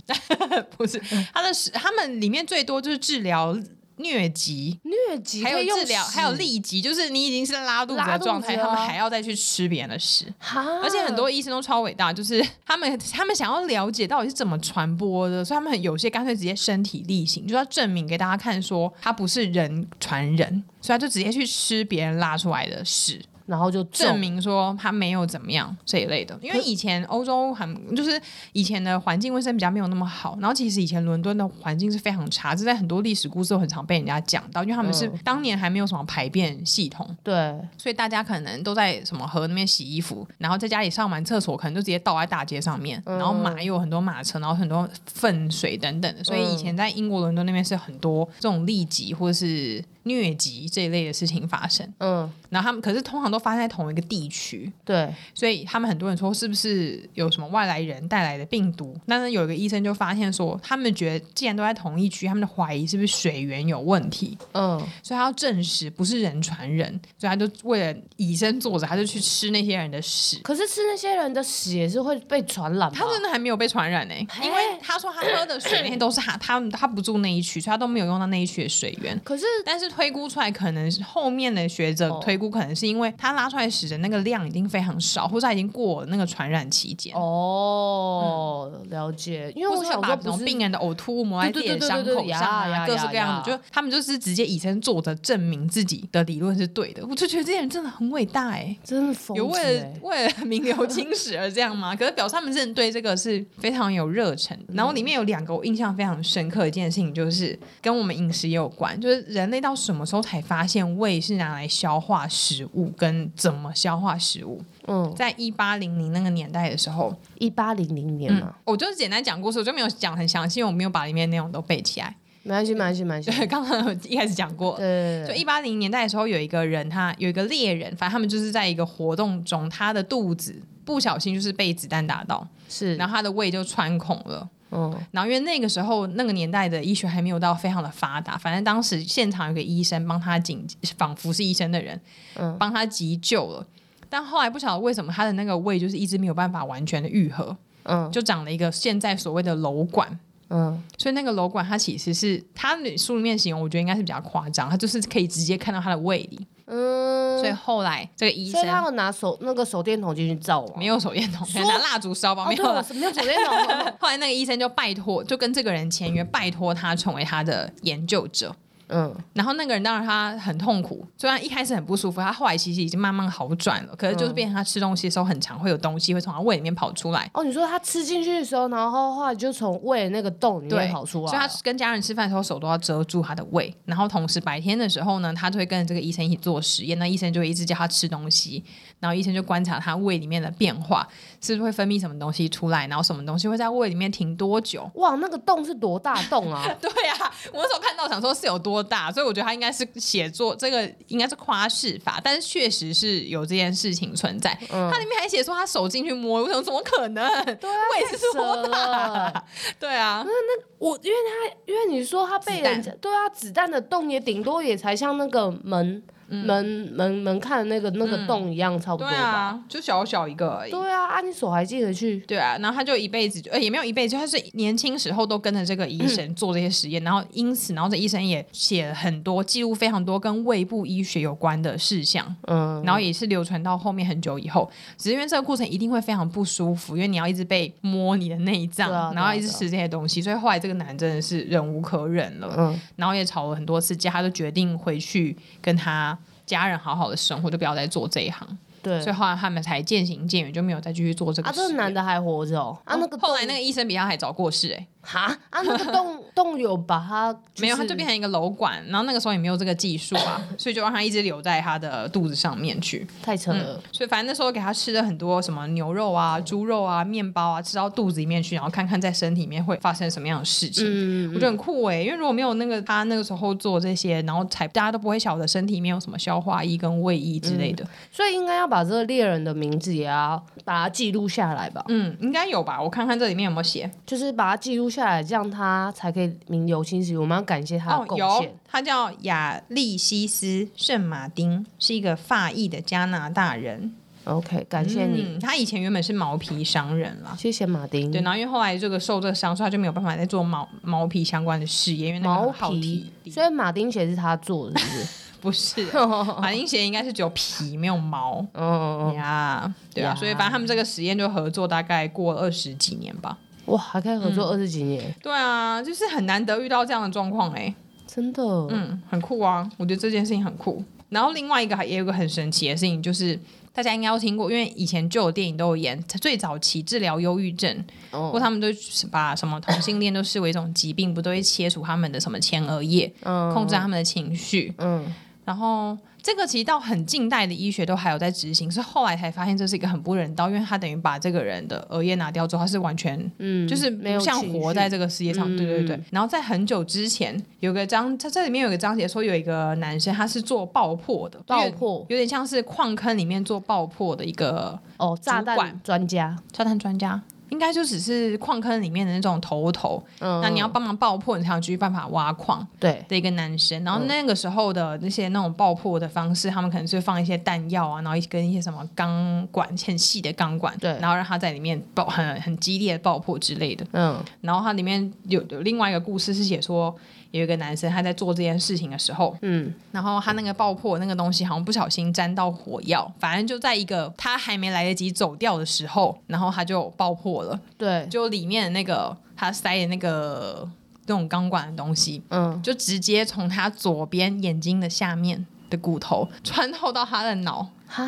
Speaker 2: 不是他的屎，他们里面最多就是治疗疟疾，
Speaker 1: 疟疾
Speaker 2: 还
Speaker 1: 可
Speaker 2: 有
Speaker 1: 以用
Speaker 2: 治疗，还有
Speaker 1: 屎
Speaker 2: 痢疾，就是你已经是拉肚子
Speaker 1: 拉
Speaker 2: 的
Speaker 1: 肚
Speaker 2: 状态，
Speaker 1: 子
Speaker 2: 他们
Speaker 1: 啊
Speaker 2: 还要再去吃别人的屎。
Speaker 1: 哈
Speaker 2: 而且很多医生都超伟大，就是 他们他们想要了解到底是怎么传播的，所以他们很有些干脆直接身体力行，就要证明给大家看说他不是人传人，所以他就直接去吃别人拉出来的屎，
Speaker 1: 然后就中
Speaker 2: 证明说他没有怎么样这一类的。因为以前欧洲很就是以前的环境卫生比较没有那么好，然后其实以前伦敦的环境是非常差，这在很多历史故事都很常被人家讲到，因为他们是
Speaker 1: 嗯
Speaker 2: 当年还没有什么排便系统。
Speaker 1: 对，
Speaker 2: 所以大家可能都在什么河那边洗衣服，然后在家里上完厕所，可能就直接倒在大街上面，然后马又有很多马车，然后很多粪水等等的。所以以前在英国伦敦那边是很多这种痢疾或是疟疾这一类的事情发生。
Speaker 1: 嗯，
Speaker 2: 然后他们可是通常都发生在同一个地区，
Speaker 1: 对，
Speaker 2: 所以他们很多人说是不是有什么外来人带来的病毒？但是有一个医生就发现说，他们觉得既然都在同一区，他们的怀疑是不是水源有问题？
Speaker 1: 嗯，
Speaker 2: 所以他要证实不是人传人，所以他就为了以身作则，他就去吃那些人的屎。
Speaker 1: 可是吃那些人的屎也是会被传染吧
Speaker 2: 他？真的还没有被传染呢、欸
Speaker 1: 嘿
Speaker 2: 因为他说他喝的水那些都是他他他不住那一区，所以他都没有用到那一区的水源。
Speaker 1: 可是
Speaker 2: 但是推估出来，可能是后面的学者
Speaker 1: 哦
Speaker 2: 推估，可能是因为他拉出来屎的那个量已经非常少，或者他已经过了那个传染期间。
Speaker 1: 哦，了解，因为
Speaker 2: 嗯或
Speaker 1: 我
Speaker 2: 者会
Speaker 1: 想
Speaker 2: 把
Speaker 1: 说
Speaker 2: 这
Speaker 1: 不
Speaker 2: 种
Speaker 1: 是
Speaker 2: 病人的呕吐物抹在自己
Speaker 1: 对对对
Speaker 2: 的伤
Speaker 1: 对对
Speaker 2: 口上
Speaker 1: 呀
Speaker 2: 啊，
Speaker 1: 呀
Speaker 2: 各式各样
Speaker 1: 呀
Speaker 2: 的，就他们就是直接以身作则，证明自己的理论是对的。我就觉得这些人真的很伟大哎、
Speaker 1: 真的疯
Speaker 2: 有
Speaker 1: 子
Speaker 2: 为了
Speaker 1: 欸
Speaker 2: 为了 名流青史而这样吗？可是表示他们真的对这个是非常有热忱。然后里面有两个我印象非常深刻的一件事情，就是跟我们饮食也有关，就是人类到什么时候才发现胃是拿来消化食物跟怎么消化食物？
Speaker 1: 嗯，
Speaker 2: 在一八零零那个年代的时候，
Speaker 1: 一八零零年
Speaker 2: 嗯
Speaker 1: 嘛，，
Speaker 2: 我就是简单讲故事，我就没有讲很详细，因为我没有把里面内容都背起来。
Speaker 1: 没关系，没关系，没关系，
Speaker 2: 对，刚刚有一开始讲过，
Speaker 1: 对，
Speaker 2: 就一八零年代的时候，有一个人他，有一个猎人，反正他们就是在一个活动中，他的肚子不小心就是被子弹打到，
Speaker 1: 是，
Speaker 2: 然后他的胃就穿孔了。
Speaker 1: 嗯
Speaker 2: 然后因为那个时候那个年代的医学还没有到非常的发达，反正当时现场有个医生帮他紧，仿佛是医生的人，
Speaker 1: 嗯
Speaker 2: 帮他急救了。但后来不晓得为什么他的那个胃就是一直没有办法完全的愈合，
Speaker 1: 嗯
Speaker 2: 就长了一个现在所谓的瘘管。
Speaker 1: 嗯，
Speaker 2: 所以那个瘘管它其实是它书里面形容，我觉得应该是比较夸张，它就是可以直接看到他的胃里。
Speaker 1: 嗯，
Speaker 2: 所以后来这个医
Speaker 1: 所以他
Speaker 2: 生
Speaker 1: 有拿手那个手电筒进去照嘛？
Speaker 2: 没有手电筒，可能拿蜡烛烧吧，
Speaker 1: 哦，
Speaker 2: 没
Speaker 1: 对，
Speaker 2: 有啊
Speaker 1: 我
Speaker 2: 了。
Speaker 1: 是没有手电筒。
Speaker 2: 后来那个医生就拜托，就跟这个人签约，拜托他成为他的研究者。
Speaker 1: 嗯，
Speaker 2: 然后那个人当然他很痛苦，虽然一开始很不舒服，他后来其实已经慢慢好转了，可是
Speaker 1: 嗯
Speaker 2: 就是变成他吃东西的时候，很常会有东西会从他胃里面跑出来。
Speaker 1: 哦，你说他吃进去的时候，然后后来就从胃的那个洞里
Speaker 2: 对
Speaker 1: 面跑出啊来哦
Speaker 2: 所以他
Speaker 1: 了，
Speaker 2: 跟家人吃饭的时候手都要遮住他的胃，然后同时白天的时候呢，他就会跟这个医生一起做实验，那医生就会一直叫他吃东西，然后医生就观察他胃里面的变化，是不是会分泌什么东西出来，然后什么东西会在胃里面停多久。？
Speaker 1: 哇，那个洞是多大洞啊
Speaker 2: 对啊，我那时候看到想说是有多大，所以我觉得他应该是写作这个应该是夸饰法，但是确实是有这件事情存在。
Speaker 1: 嗯
Speaker 2: 他里面还写说他手进去摸，我想怎么可能？
Speaker 1: 对啊，
Speaker 2: 胃
Speaker 1: 太
Speaker 2: 是多
Speaker 1: 扯
Speaker 2: 大
Speaker 1: 了。？
Speaker 2: 对啊，
Speaker 1: 我因为他，因为你说他被人家对啊，子弹的洞也顶多也才像那个门、门门门看的那个那个洞一样，差不多
Speaker 2: 对
Speaker 1: 吧？
Speaker 2: 啊，就小小一个而已。
Speaker 1: 对啊，啊，你手还进得去，
Speaker 2: 对啊，然后他就一辈子，呃，也没有一辈子，他是年轻时候都跟着这个医
Speaker 1: 嗯
Speaker 2: 生做这些实验，然后因此，然后这医生也写了很多记录非常多跟胃部医学有关的事项，
Speaker 1: 嗯，
Speaker 2: 然后也是流传到后面很久以后。只是因为这个过程一定会非常不舒服，因为你要一直被摸你的内脏，
Speaker 1: 对啊
Speaker 2: 然后一直
Speaker 1: 对啊
Speaker 2: 吃这些东西，所以后来这个男真的是忍无可忍了，
Speaker 1: 嗯
Speaker 2: 然后也吵了很多次架，他就决定回去跟他家人好好的生活，就不要再做这一行。
Speaker 1: 对
Speaker 2: 所以后来他们才渐行渐远，就没有再继续做这个
Speaker 1: 啊，
Speaker 2: 实
Speaker 1: 这
Speaker 2: 验。
Speaker 1: 个男的还活着哦，啊，那个
Speaker 2: 后来那
Speaker 1: 个
Speaker 2: 个医生比他还早过世、哎，
Speaker 1: 哈啊，那个洞洞有把他、就是、
Speaker 2: 没有，他就变成一个瘘管，然后那个时候也没有这个技术 啊，所以就让他一直留在他的肚子上面去。
Speaker 1: 太扯了，
Speaker 2: 所以反正那时候给他吃了很多什么牛肉啊、猪肉啊、面包啊，吃到肚子里面去，然后看看在身体里面会发生什么样的事情。
Speaker 1: 嗯，
Speaker 2: 我觉得很酷哎、因为如果没有那个他那个时候做这些，然后才大家都不会晓得身体里面有什么消化液跟胃液之类的。
Speaker 1: 所以应该要把这个猎人的名字也要把它记录下来吧，
Speaker 2: 嗯应该有吧？我看看这里面有没有写
Speaker 1: 就是把它记录下来，这样他才可以名留青史。我们要感谢他
Speaker 2: 哦
Speaker 1: 的，贡
Speaker 2: 有
Speaker 1: 献。，
Speaker 2: 他叫亚历西斯·圣马丁，是一个法裔的加拿大人。
Speaker 1: OK，感谢你，嗯
Speaker 2: 嗯他以前原本是毛皮商人啦，
Speaker 1: 谢谢马丁。
Speaker 2: 对，然后因为后来这个受这个伤，所以他就没有办法再做毛毛皮相关的事业，因为那个
Speaker 1: 毛
Speaker 2: 很耗体
Speaker 1: 皮，
Speaker 2: 力。
Speaker 1: 所以马丁鞋是他做的，是不 是？
Speaker 2: 不是马丁鞋应该是只有皮没有毛
Speaker 1: 嗯，
Speaker 2: 呀，对啊，
Speaker 1: 呀
Speaker 2: 所以反正他们这个实验就合作大概过二十几年吧。
Speaker 1: 哇，还可以合
Speaker 2: 嗯
Speaker 1: 作二十几年，
Speaker 2: 对啊，就是很难得遇到这样的状况哎、
Speaker 1: 真的。
Speaker 2: 嗯，很酷啊，我觉得这件事情很酷。然后另外一个还也有一个很神奇的事情，就是大家应该都听过，因为以前就有电影都有演，最早期治疗忧郁症，
Speaker 1: 哦
Speaker 2: 或他们都把什么同性恋都视为一种疾病，不都会切除他们的什么前额叶，
Speaker 1: 嗯
Speaker 2: 控制他们的情绪。
Speaker 1: 嗯，
Speaker 2: 然后这个其实到很近代的医学都还有在执行，是后来才发现这是一个很不人道，因为他等于把这个人的额叶拿掉之后，他是完全
Speaker 1: 嗯，
Speaker 2: 就是
Speaker 1: 没
Speaker 2: 不
Speaker 1: 有
Speaker 2: 像
Speaker 1: 情
Speaker 2: 活
Speaker 1: 绪
Speaker 2: 在这个世界上，对对对
Speaker 1: 嗯。
Speaker 2: 然后在很久之前，有个章，它这里面有一个章节说，有一个男生他是做爆破的，
Speaker 1: 爆
Speaker 2: 有点
Speaker 1: 破
Speaker 2: 有点像是矿坑里面做爆破的一个
Speaker 1: 哦，炸
Speaker 2: 主管
Speaker 1: 弹专家，
Speaker 2: 炸弹专家，应该就只是矿坑里面的那种头头。
Speaker 1: 嗯，
Speaker 2: 那你要帮忙爆破，你才有继续办法挖矿
Speaker 1: 对，
Speaker 2: 的一个男生。然后
Speaker 1: 嗯
Speaker 2: 那个时候的那些那种爆破的方式，他们可能是放一些弹药啊，然后跟一些什么钢管很细的钢管，
Speaker 1: 对
Speaker 2: 然后让它在里面爆很很激烈的爆破之类的。
Speaker 1: 嗯
Speaker 2: 然后它里面有有另外一个故事是写说，有一个男生他在做这件事情的时候，
Speaker 1: 嗯，
Speaker 2: 然后他那个爆破那个东西好像不小心沾到火药，反正就在一个他还没来得及走掉的时候，然后他就爆破了，
Speaker 1: 对，
Speaker 2: 就里面的那个他塞的那个那种钢管的东西，
Speaker 1: 嗯，
Speaker 2: 就直接从他左边眼睛的下面。的骨头穿透到他的脑，
Speaker 1: 哈，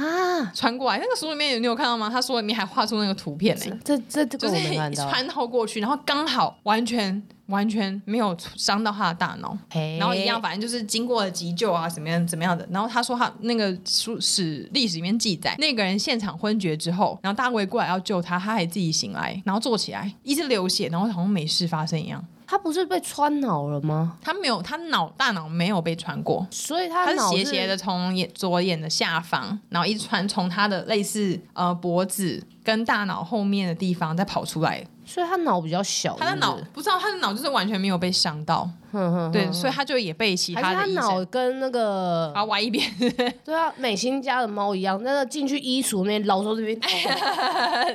Speaker 2: 穿过来。那个书里面有你有看到吗？他书里面还画出那个图片呢、
Speaker 1: 这这这
Speaker 2: 就
Speaker 1: 个
Speaker 2: 是
Speaker 1: 我没看到，
Speaker 2: 穿透过去，然后刚好完全完全没有伤到他的大脑，
Speaker 1: 哎
Speaker 2: 然后一样，，反正就是经过了急救啊，怎么样怎么样的。然后他说他那个书史历史里面记载，那个人现场昏厥之后，然后大家围过来要救他，他还自己醒来，然后坐起来，一直流血，然后好像没事发生一样。
Speaker 1: 他不是被穿脑了吗？
Speaker 2: 他没有，他脑大脑没有被穿过。
Speaker 1: 所以
Speaker 2: 他
Speaker 1: 他
Speaker 2: 是
Speaker 1: 脑
Speaker 2: 斜斜的，从眼左眼的下方，然后一直穿从他的类似呃脖子跟大脑后面的地方再跑出来，
Speaker 1: 所以他脑比较小，
Speaker 2: 他的
Speaker 1: 是不
Speaker 2: 脑
Speaker 1: 是
Speaker 2: 不知道，他的脑就是完全没有被伤到，
Speaker 1: 哼哼，
Speaker 2: 对，所以他就也被其
Speaker 1: 嗯还是
Speaker 2: 他
Speaker 1: 他
Speaker 2: 的医
Speaker 1: 脑
Speaker 2: 生
Speaker 1: 跟那个
Speaker 2: 把他歪一边，
Speaker 1: 对啊，美心家的猫一样，那个进去衣橱那边老手这边，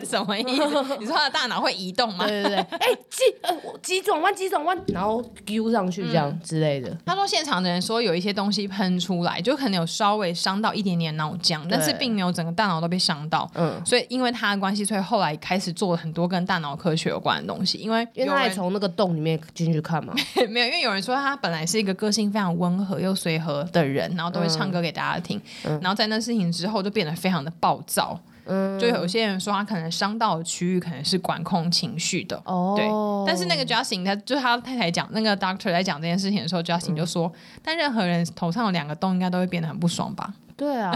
Speaker 2: 什么 意思？你说他的大脑会移动吗？
Speaker 1: 对对对，哎急呃我急转弯急转弯，然后丢上去这
Speaker 2: 嗯
Speaker 1: 样之类的，
Speaker 2: 他说现场的人说有一些东西喷出来，就可能有稍微伤到一点点脑浆，但是并没有整个大脑都被伤到。
Speaker 1: 嗯，
Speaker 2: 所以因为他的关系，所以后来开始做了很多跟大脑科学有关的东西。因为
Speaker 1: 因为
Speaker 2: 有
Speaker 1: 他也
Speaker 2: 人
Speaker 1: 从那个洞里面进去看 嘛，
Speaker 2: 没有，因为有人说他本来是一个个性非常温和又随和的人，然后都会唱歌
Speaker 1: 嗯
Speaker 2: 给大家听，然后在那事情之后就变得非常的暴躁。
Speaker 1: 嗯
Speaker 2: 就有些人说他可能伤到的区域可能是管控情绪的，
Speaker 1: 哦，
Speaker 2: 对。但是那个 Justin 他就是他太太讲那个 Doctor 在讲这件事情的时候，Justin
Speaker 1: 嗯
Speaker 2: 就说，但任何人头上有两个洞，应该都会变得很不爽吧？
Speaker 1: 对啊，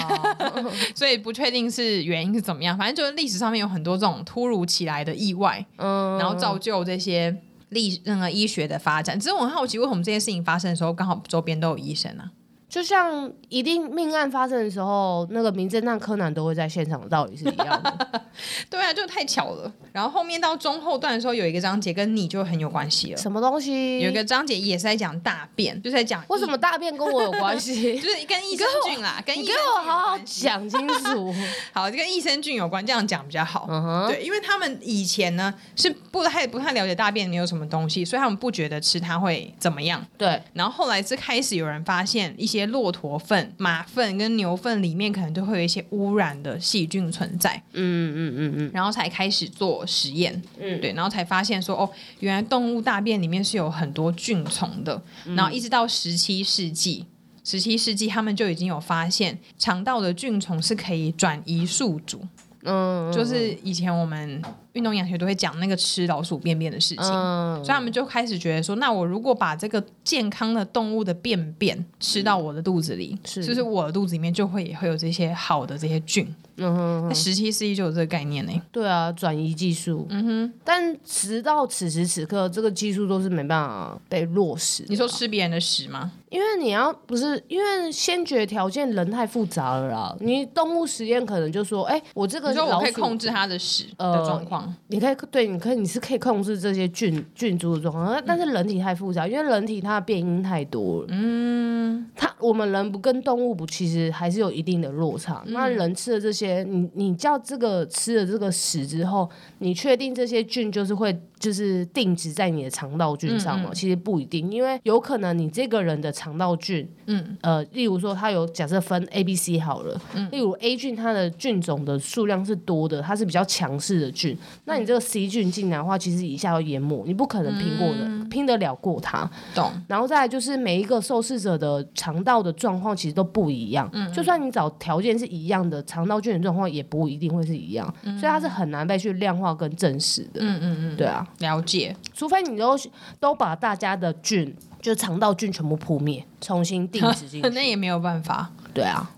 Speaker 2: 所以不确定是原因是怎么样，反正就是历史上面有很多这种突如其来的意外，
Speaker 1: 嗯，
Speaker 2: 然后造就这些历那个医学的发展。只是我很好奇，为什么这件事情发生的时候，刚好周边都有医生啊？
Speaker 1: 就像一定命案发生的时候，那个名侦探柯南都会在现场，道理是一样 的。
Speaker 2: 对啊，就太巧了。然后后面到中后段的时候，有一个章节跟你就很有关系了。
Speaker 1: 什么东西？
Speaker 2: 有一个章节也是在讲大便，就是在讲
Speaker 1: 为什么大便跟我有关
Speaker 2: 益，
Speaker 1: 系？
Speaker 2: 就是跟益生菌啦，跟 益
Speaker 1: 你
Speaker 2: 生
Speaker 1: 给
Speaker 2: 菌
Speaker 1: 我
Speaker 2: 有
Speaker 1: 好好
Speaker 2: 关系
Speaker 1: 讲清楚。
Speaker 2: 好，这跟益生菌有关，这样讲比较好。
Speaker 1: 嗯哼，
Speaker 2: 对，因为他们以前呢是不太不太了解大便里面有什么东西，所以他们不觉得吃它会怎么样。
Speaker 1: 对，
Speaker 2: 然后后来是开始有人发现一些骆驼粪、马粪跟牛粪里面可能都会有一些污染的细菌存在，
Speaker 1: 嗯嗯嗯
Speaker 2: 然后才开始做实验。
Speaker 1: 嗯
Speaker 2: 对，然后才发现说哦，原来动物大便里面是有很多菌虫的。
Speaker 1: 嗯
Speaker 2: 然后一直到十七世纪，十七世纪他们就已经有发现肠道的菌虫是可以转移宿主，
Speaker 1: 嗯嗯，
Speaker 2: 就是以前我们运动养学都会讲那个吃老鼠便便的事情。
Speaker 1: 嗯
Speaker 2: 所以他们就开始觉得说，那我如果把这个健康的动物的便便吃到我的肚子里，
Speaker 1: 嗯是
Speaker 2: 就是我的肚子里面就会也会有这些好的这些菌。
Speaker 1: 嗯
Speaker 2: 那
Speaker 1: 哼，
Speaker 2: 十七世纪就有这个概念呢、
Speaker 1: 对啊，转移技术。嗯哼，但直到此时此刻，这个技术都是没办法被落实的。
Speaker 2: 你说吃别人的屎吗？
Speaker 1: 因为你要不是因为先决条件人太复杂了啦，你动物实验可能就说，哎、我这个
Speaker 2: 你说我
Speaker 1: 老
Speaker 2: 可以
Speaker 1: 鼠呃
Speaker 2: 控制它的屎的状况、况。
Speaker 1: 你可以对，你可以你是可以控制这些菌菌株的状况，但是人体太复杂，因为人体它的变因太多了。嗯，它我们人不跟动物不，其实还是有一定的落差。那人吃了这些，你你叫这个吃了这个屎之后，你确定这些菌就是会就是定植在你的肠道菌上吗？其实不一定，因为有可能你这个人的肠道菌，嗯，呃，例如说它有假设分 A、B、C 好了，例如 A 菌它的菌种的数量是多的，它是比较强势的菌，那你这个 C 菌进来的话，其实一下要淹没，你不可能拼过的、
Speaker 2: 嗯
Speaker 1: 拼得了过它。
Speaker 2: 懂，
Speaker 1: 然后再来就是每一个受试者的肠道的状况其实都不一样，
Speaker 2: 嗯
Speaker 1: 就算你找条件是一样的，肠道菌的状况也不一定会是一样，
Speaker 2: 嗯
Speaker 1: 所以它是很难被去量化跟证实的。嗯嗯嗯，对啊，
Speaker 2: 了解，
Speaker 1: 除非你都都把大家的菌，就肠道菌全部扑灭，重新定植进
Speaker 2: 那
Speaker 1: 去。
Speaker 2: 也没有办法。
Speaker 1: 对啊，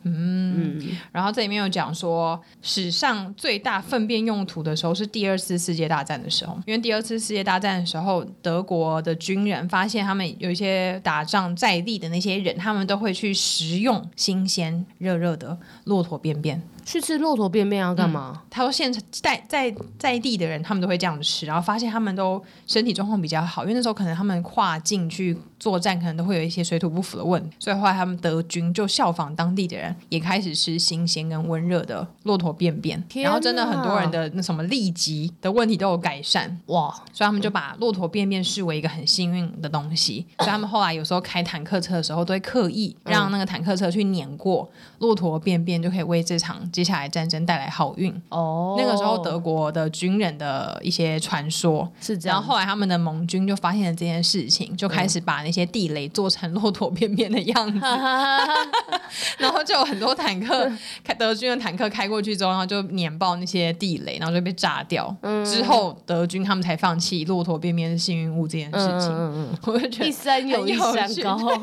Speaker 2: 然后这里面有讲说，史上最大粪便用途的时候是第二次世界大战的时候，因为第二次世界大战的时候，德国的军人发现他们有一些打仗在地的那些人，他们都会去食用新鲜热热的骆驼便便。
Speaker 1: 去吃骆驼便便要干嘛？
Speaker 2: 他说现在在在地的人，他们都会这样吃，然后发现他们都身体状况比较好，因为那时候可能他们跨境去作战，可能都会有一些水土不服的问题，所以后来他们德军就效仿当地的人，也开始吃新鲜跟温热的骆驼便便，
Speaker 1: 天哪
Speaker 2: 然后真的很多人的那什么痢疾的问题都有改善，
Speaker 1: 哇，
Speaker 2: 所以他们就把骆驼便便视为一个很幸运的东西，所以他们后来有时候开坦克车的时候，都会刻意让那个坦克车去碾过骆驼便便，就可以为这场接下来战争带来好运。
Speaker 1: 哦，
Speaker 2: 那个时候德国的军人的一些传说，
Speaker 1: 是这
Speaker 2: 然
Speaker 1: 样
Speaker 2: 后。后来他们的盟军就发现了这件事情，就开始把那些地雷做成骆驼便便的样 子，
Speaker 1: 嗯
Speaker 2: 然后就有很多坦克开德军的坦克开过去之后，然后就碾爆那些地雷，然后就被炸掉。
Speaker 1: 嗯
Speaker 2: 之后德军他们才放弃骆驼便便是幸运物这件事情。
Speaker 1: 嗯嗯嗯
Speaker 2: 我就
Speaker 1: 嗯，
Speaker 2: 觉 得
Speaker 1: 一山有一山高，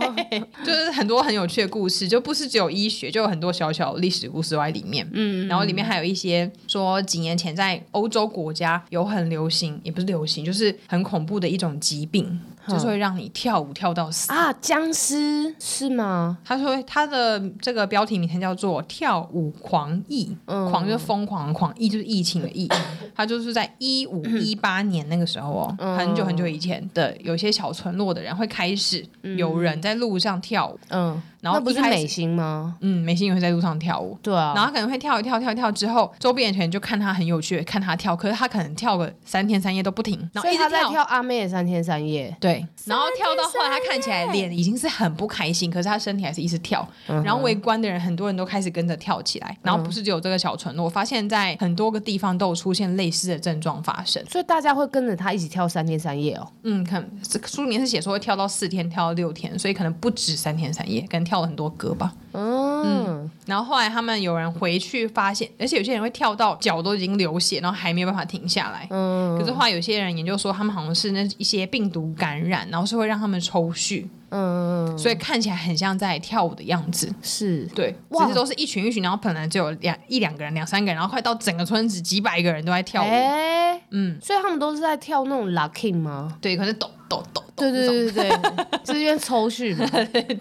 Speaker 2: 就是很多很有趣的故事，就不是只有医学，就有很多小小的历史故事在里面。嗯，然后里面还有一些说几年前在欧洲国家有很流行，也不是流行，就是很恐怖的一种疾病，
Speaker 1: 嗯
Speaker 2: 就是会让你跳舞跳到死。
Speaker 1: 啊，僵尸是吗？
Speaker 2: 他说他的这个标题名称叫做“跳舞狂疫”，
Speaker 1: 嗯
Speaker 2: 狂就是疯狂的狂，疫就是疫情的疫。他就是在一五
Speaker 1: 嗯
Speaker 2: 一八年那个时候哦，很久很久以前的，有些小村落的人会开始有人在路上跳舞，
Speaker 1: 嗯，
Speaker 2: 然后
Speaker 1: 那不
Speaker 2: 一
Speaker 1: 是
Speaker 2: 开始
Speaker 1: 美心吗？
Speaker 2: 嗯，美心也会在路上跳舞。
Speaker 1: 对啊，
Speaker 2: 然后他可能会跳一跳，跳一跳之后，周边的人就看他很有趣，看他跳。可是他可能跳个三天三夜都不停，然后
Speaker 1: 所
Speaker 2: 一
Speaker 1: 以
Speaker 2: 直
Speaker 1: 他在跳阿妹的三天三夜，
Speaker 2: 对，然后跳到后来，他看起来脸已经是很不开心，可是他身体还是一直跳。然后围观的人，很多人都开始跟着跳起来。然后不是只有这个小村落，我发现在很多个地方都有出现类似的症状发生。
Speaker 1: 所以大家会跟着他一起跳三天三夜哦。
Speaker 2: 嗯，可能这书里面是写说会跳到四天，跳到六天，所以可能不止三天三夜，可能跳了很多歌吧。
Speaker 1: 嗯，
Speaker 2: 然后后来他们有人回去发现，而且有些人会跳到脚都已经流血，然后还没有办法停下来。可是后来有些人研究说，他们好像是那一些病毒感染，然后是会让他们抽搐，嗯，所以看起来很像在跳舞的样子。
Speaker 1: 是
Speaker 2: 对，
Speaker 1: 哇
Speaker 2: 只是都是一群一群，然后本来只有两一两个人、两三个人，然后快到整个村子几百个人都在跳舞。
Speaker 1: 哎、嗯，所以他们都是在跳那种 locking 吗？
Speaker 2: 对，可是抖抖抖抖
Speaker 1: 对
Speaker 2: 那
Speaker 1: 对
Speaker 2: 种，
Speaker 1: 对对对， 就是因为抽蓄嘛。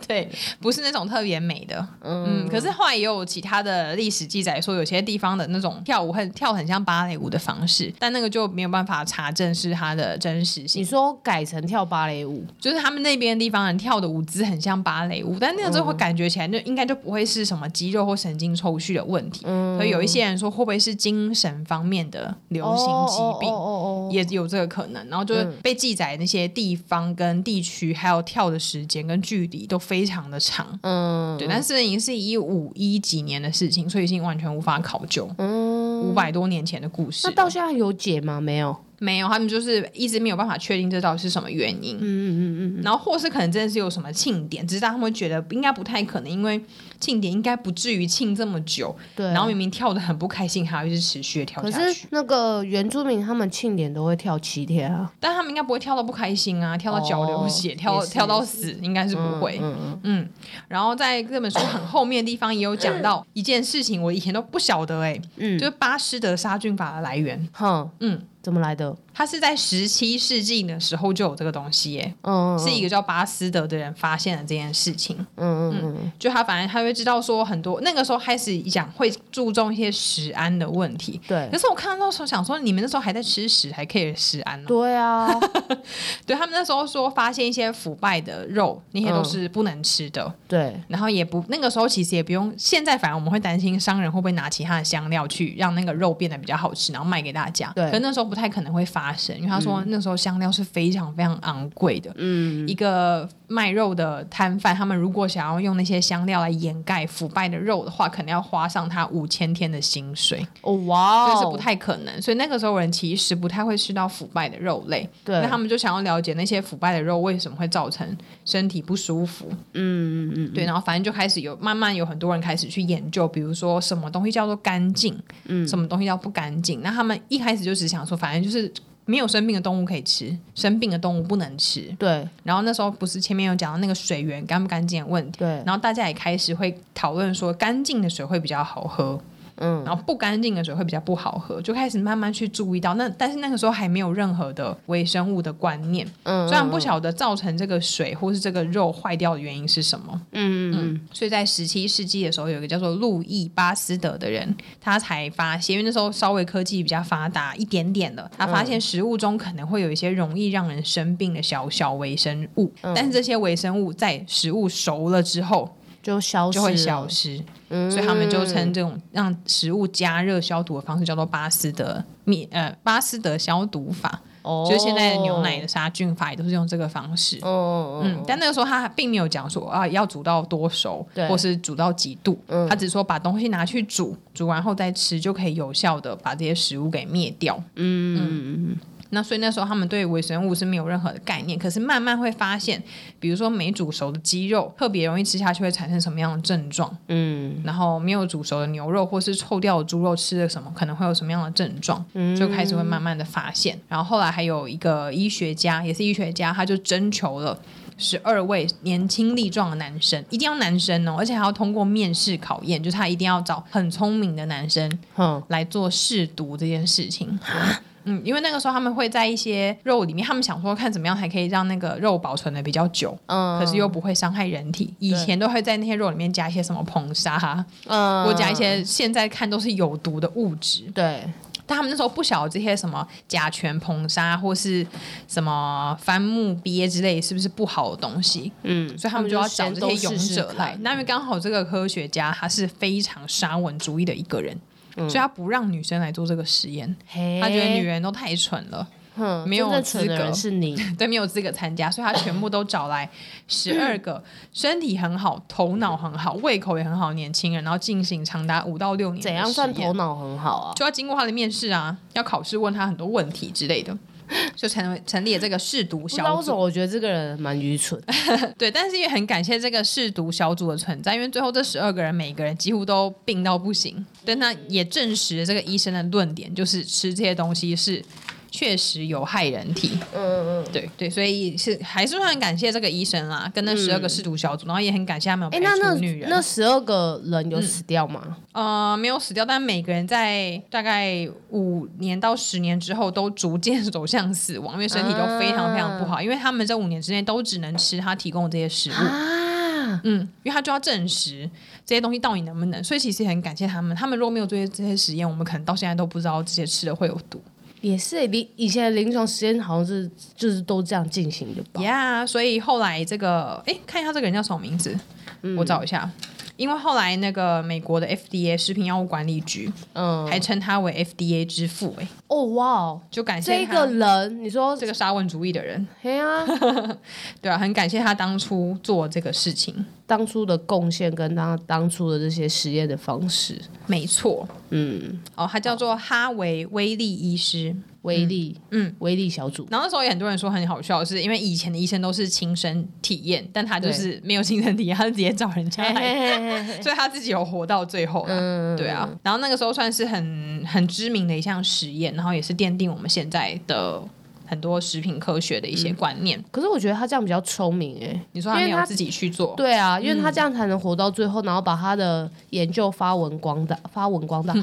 Speaker 2: 对，不是那种特别美的。嗯，可是后来也有其他的历史记载说，有些地方的那种跳舞很跳很像芭蕾舞的方式，但那个就没有办法查证是它的真实
Speaker 1: 你
Speaker 2: 性。
Speaker 1: 说改成跳芭蕾舞，
Speaker 2: 就是他们那边地方人跳的舞姿很像芭蕾舞，但那个时候会感觉起来就应该就不会是什么肌肉或神经抽搐的问题。
Speaker 1: 嗯
Speaker 2: 所以有一些人说会不会是精神方面的流行疾病？
Speaker 1: 哦哦嗯哦哦哦
Speaker 2: 也有这个可能，然后就是被记载那些地方跟地区，还有跳的时间跟距离都非常的长，
Speaker 1: 嗯
Speaker 2: 对，但是已经是一五一几年的事情，所以已经完全无法考究
Speaker 1: 嗯，
Speaker 2: 五百多年前的故事
Speaker 1: 那
Speaker 2: 了。
Speaker 1: 到现在有解吗？没有。
Speaker 2: 没有，他们就是一直没有办法确定这到底是什么原因。嗯嗯嗯嗯。然后或是可能真的是有什么庆典，只是他们会觉得应该不太可能，因为庆典应该不至于庆这么久。
Speaker 1: 对，啊
Speaker 2: 然后明明跳的很不开心，还要一直持续的跳
Speaker 1: 可
Speaker 2: 下
Speaker 1: 是
Speaker 2: 去。
Speaker 1: 那个原住民他们庆典都会跳七天啊。
Speaker 2: 但他们应该不会跳到不开心啊，跳到脚流血，
Speaker 1: 哦
Speaker 2: 跳
Speaker 1: 也是
Speaker 2: 跳到
Speaker 1: 也
Speaker 2: 死，应该是不会。嗯，然后在这本书很后面的地方也有讲到
Speaker 1: 嗯
Speaker 2: 一件事情，我以前都不晓得哎、欸，就是巴斯德杀菌法的来源。
Speaker 1: 哼，
Speaker 2: 嗯，
Speaker 1: 怎么来的？
Speaker 2: 它是在十七世纪的时候就有这个东西耶，
Speaker 1: 嗯，
Speaker 2: 是一
Speaker 1: 个，
Speaker 2: 个叫巴斯德的人发现了这件事情。
Speaker 1: 嗯嗯嗯，
Speaker 2: 就他反正他会知道说很多，那个时候开始讲会注重一些食安的问题。
Speaker 1: 对
Speaker 2: 可，是我看到那时候想说，你们那时候还在吃屎，还 care 食安呢、
Speaker 1: 对啊，
Speaker 2: 对他们那时候说发现一些腐败的肉，那些都
Speaker 1: 嗯
Speaker 2: 是不能吃的。
Speaker 1: 对，
Speaker 2: 然后也不那个时候其实也不用，现在反而我们会担心商人会不会拿其他的香料去让那个肉变得比较好吃，然后卖给大家。
Speaker 1: 对
Speaker 2: 可是那时候不太可能会发生，因为他说那时候香料是非常非常昂贵的。
Speaker 1: 嗯，
Speaker 2: 一个卖肉的摊贩，他们如果想要用那些香料来掩盖腐败的肉的话，可能要花上他五千天的薪水，
Speaker 1: 哦哇
Speaker 2: 这
Speaker 1: 哦，
Speaker 2: 是不太可能。所以那个时候人其实不太会吃到腐败的肉类，因为
Speaker 1: 对，
Speaker 2: 他们就想要了解那些腐败的肉为什么会造成身体不舒服。
Speaker 1: 嗯嗯嗯，
Speaker 2: 对，然后反正就开始有慢慢有很多人开始去研究，比如说什么东西叫做干净，嗯，什么东西叫不干净。那他们一开始就只想说，反正就是没有生病的动物可以吃，生病的动物不能吃。
Speaker 1: 对
Speaker 2: 然后那时候不是前面有讲到那个水源干不干净的问题，
Speaker 1: 对，
Speaker 2: 然后大家也开始会讨论说干净的水会比较好喝，
Speaker 1: 嗯，
Speaker 2: 然后不干净的水会比较不好喝，就开始慢慢去注意到那，但是那个时候还没有任何的微生物的观念，
Speaker 1: 嗯，
Speaker 2: 虽然不晓得造成这个水或是这个肉坏掉的原因是什么。
Speaker 1: 嗯，嗯嗯
Speaker 2: 所以在十七世纪的时候，有一个叫做路易巴斯德的人，他才发现，因为那时候稍微科技比较发达一点点的，他
Speaker 1: 嗯
Speaker 2: 发现食物中可能会有一些容易让人生病的小小微生物，但是这些微生物在食物熟了之后
Speaker 1: 嗯，就消失
Speaker 2: 就
Speaker 1: 了，
Speaker 2: 会消失，
Speaker 1: 嗯，
Speaker 2: 所以他们就称这种让食物加热消毒的方式叫做巴斯德灭呃巴斯德消毒法，
Speaker 1: 哦，
Speaker 2: 就是现在的牛奶的杀菌法也都是用这个方式。
Speaker 1: 哦，哦
Speaker 2: 嗯，
Speaker 1: 哦，
Speaker 2: 但那个时候他并没有讲说啊要煮到多熟
Speaker 1: 对，嗯
Speaker 2: 或是煮到几度，他只说把东西拿去煮，煮完后再吃就可以有效的把这些食物给灭掉。
Speaker 1: 嗯嗯
Speaker 2: 那所以那时候他们对微生物是没有任何的概念，可是慢慢会发现，比如说没煮熟的鸡肉特别容易吃下去会产生什么样的症状，
Speaker 1: 嗯
Speaker 2: 然后没有煮熟的牛肉或是臭掉的猪肉吃了什么可能会有什么样的症状，
Speaker 1: 嗯
Speaker 2: 就开始会慢慢的发现。然后后来还有一个医学家，也是医学家，他就征求了。十二位年轻力壮的男生，一定要男生哦，而且还要通过面试考验，就是他一定要找很聪明的男生
Speaker 1: 嗯，哼，
Speaker 2: 来做试毒这件事情。
Speaker 1: 啊
Speaker 2: 嗯，因为那个时候他们会在一些肉里面，他们想说看怎么样才可以让那个肉保存的比较久，
Speaker 1: 嗯，
Speaker 2: 可是又不会伤害人体。以前都会在那些肉里面加一些什么硼砂、啊，
Speaker 1: 嗯，
Speaker 2: 或加一些现在看都是有毒的物质，
Speaker 1: 对，
Speaker 2: 但他们那时候不晓得这些什么甲醛、硼砂或是什么番木鳖之类是不是不好的东西，
Speaker 1: 嗯，
Speaker 2: 所以他们就要找这些
Speaker 1: 试
Speaker 2: 勇
Speaker 1: 试
Speaker 2: 者来
Speaker 1: 看。嗯
Speaker 2: 那因为刚好这个科学家他是非常沙文主义的一个人，
Speaker 1: 嗯
Speaker 2: 所以他不让女生来做这个实验，
Speaker 1: 嘿
Speaker 2: 他觉得女人都太蠢了，
Speaker 1: 哼
Speaker 2: 没有
Speaker 1: 真正蠢的
Speaker 2: 资格
Speaker 1: 人是 你，
Speaker 2: 对，没有资格参加，所以他全部都找来十二个身体很好、头脑很好、胃口也很好的年轻人，然后进行长达五到六年的
Speaker 1: 怎样算
Speaker 2: 实验
Speaker 1: 头脑很好啊？
Speaker 2: 就要经过他的面试啊，要考试问他很多问题之类的，就成为成立了这个试毒
Speaker 1: 不知道
Speaker 2: 小
Speaker 1: 为什
Speaker 2: 组。
Speaker 1: 么，我觉得这个人蛮愚 蠢。
Speaker 2: 对，但是因为很感谢这个试毒小组的存在，因为最后这十二个人每个人几乎都病到不行，但那也证实了这个医生的论点，就是吃这些东西是。确实有害人体，
Speaker 1: 嗯嗯嗯。
Speaker 2: 对对，所以是还是很感谢这个医生啦，跟那十二个试毒小组，然后也很感谢他们
Speaker 1: 哎，
Speaker 2: 有
Speaker 1: 那
Speaker 2: 排除
Speaker 1: 那
Speaker 2: 女人。啊
Speaker 1: 那十二个人有死掉吗？
Speaker 2: 呃，没有死掉，但每个人在大概五年到十年之后都逐渐走向死亡，因为身体都非常非常
Speaker 1: 啊
Speaker 2: 不好，因为他们在五年之内都只能吃他提供的这些食物。
Speaker 1: 啊，
Speaker 2: 嗯，因为他就要证实这些东西到底能不能，所以其实也很感谢他们。他们如果没有做这些这些实验，我们可能到现在都不知道这些吃的会有毒。
Speaker 1: 也是欸临以前的临床实验好像是就是都这样进行的吧？
Speaker 2: 呀，所以后来这个，哎，看一下这个人叫什么名字，
Speaker 1: 嗯
Speaker 2: 我找一下。因为后来那个美国的 FDA 食品药物管理局
Speaker 1: 嗯，
Speaker 2: 还称他为 FDA 之父、哎，
Speaker 1: 哦哇哦，
Speaker 2: 就感谢
Speaker 1: 这
Speaker 2: 他
Speaker 1: 个人你说
Speaker 2: 这个沙文主义的人，
Speaker 1: 嘿啊，
Speaker 2: 对啊，很感谢他当初做这个事情。
Speaker 1: 当初的贡献跟他当初的这些实验的方式，
Speaker 2: 没错，
Speaker 1: 嗯，
Speaker 2: 哦，他叫做哈维·威利医师。
Speaker 1: 威力，
Speaker 2: 嗯，
Speaker 1: 威力小组，
Speaker 2: 然后那时候也很多人说很好笑，是因为以前的医生都是亲身体验，但他就是没有亲身体验，他是直接找人家
Speaker 1: 嘿
Speaker 2: 来，
Speaker 1: 嘿嘿 嘿嘿
Speaker 2: 所以他自己有活到最后啦。
Speaker 1: 嗯，
Speaker 2: 哎对啊，然后那个时候算是很很知名的一项实验，然后也是奠定我们现在的很多食品科学的一些观念。
Speaker 1: 可是我觉得他这样比较聪明哎、
Speaker 2: 你说他嗯
Speaker 1: 因为
Speaker 2: 没有
Speaker 1: 他
Speaker 2: 自己去做，
Speaker 1: 对啊，因为他这样才能活到最后，然后把他的研究发文光大，发文光
Speaker 2: 嗯
Speaker 1: 大，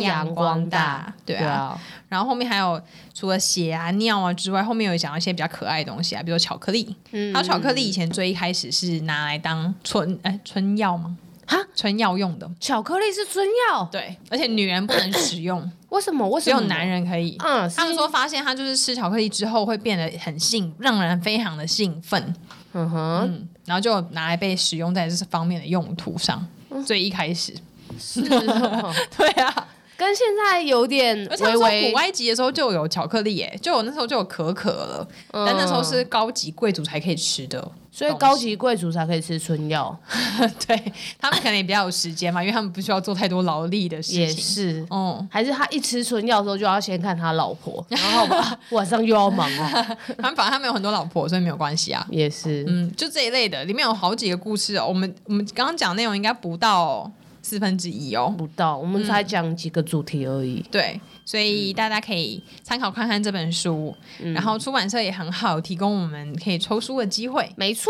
Speaker 1: 扬光大，
Speaker 2: 对啊
Speaker 1: 对啊，
Speaker 2: 然后后面还有除了血啊、尿啊之外，后面有讲到一些比较可爱的东西啊，比如说巧克力。
Speaker 1: 嗯
Speaker 2: 还有巧克力以前最一开始是拿来当春哎春药吗？
Speaker 1: 哈，
Speaker 2: 春药用的。
Speaker 1: 巧克力是春药，
Speaker 2: 对，而且女人不能使 用，
Speaker 1: 为什么？为什
Speaker 2: 只有
Speaker 1: 么
Speaker 2: 男？人可啊以。
Speaker 1: 嗯，
Speaker 2: 他们
Speaker 1: 是
Speaker 2: 说，发现他就是吃巧克力之后会变得很兴，让人非常的兴奋，
Speaker 1: 嗯哼，
Speaker 2: 嗯，然后就拿来被使用在这方面的用途上。最一开 始，
Speaker 1: 是哦
Speaker 2: 对啊，
Speaker 1: 跟现在有点
Speaker 2: 而且那
Speaker 1: 微
Speaker 2: 时候
Speaker 1: 微
Speaker 2: 古，埃及的时候就有巧克力耶，就有那时候就有可可了，
Speaker 1: 嗯
Speaker 2: 但那时候是高级贵族才可以吃的，哦
Speaker 1: 所以高级贵族才可以吃春药，
Speaker 2: 对他们可能也比较有时间嘛，因为他们不需要做太多劳力的
Speaker 1: 也
Speaker 2: 事情。
Speaker 1: 是。
Speaker 2: 嗯，
Speaker 1: 还是他一吃春药的时候就要先看他老婆，然后吧晚上又要忙哦，
Speaker 2: 他们反正他们有很多老婆，所以没有关系啊。
Speaker 1: 也是。
Speaker 2: 嗯，就这一类的，里面有好几个故事哦。我们我们刚刚讲内容应该不到四分之一哦。
Speaker 1: 不到，我们才讲几个主题而已。
Speaker 2: 对，所以大家可以参考看看这本书，然后出版社也很好，提供我们可以抽书的机会。
Speaker 1: 没错，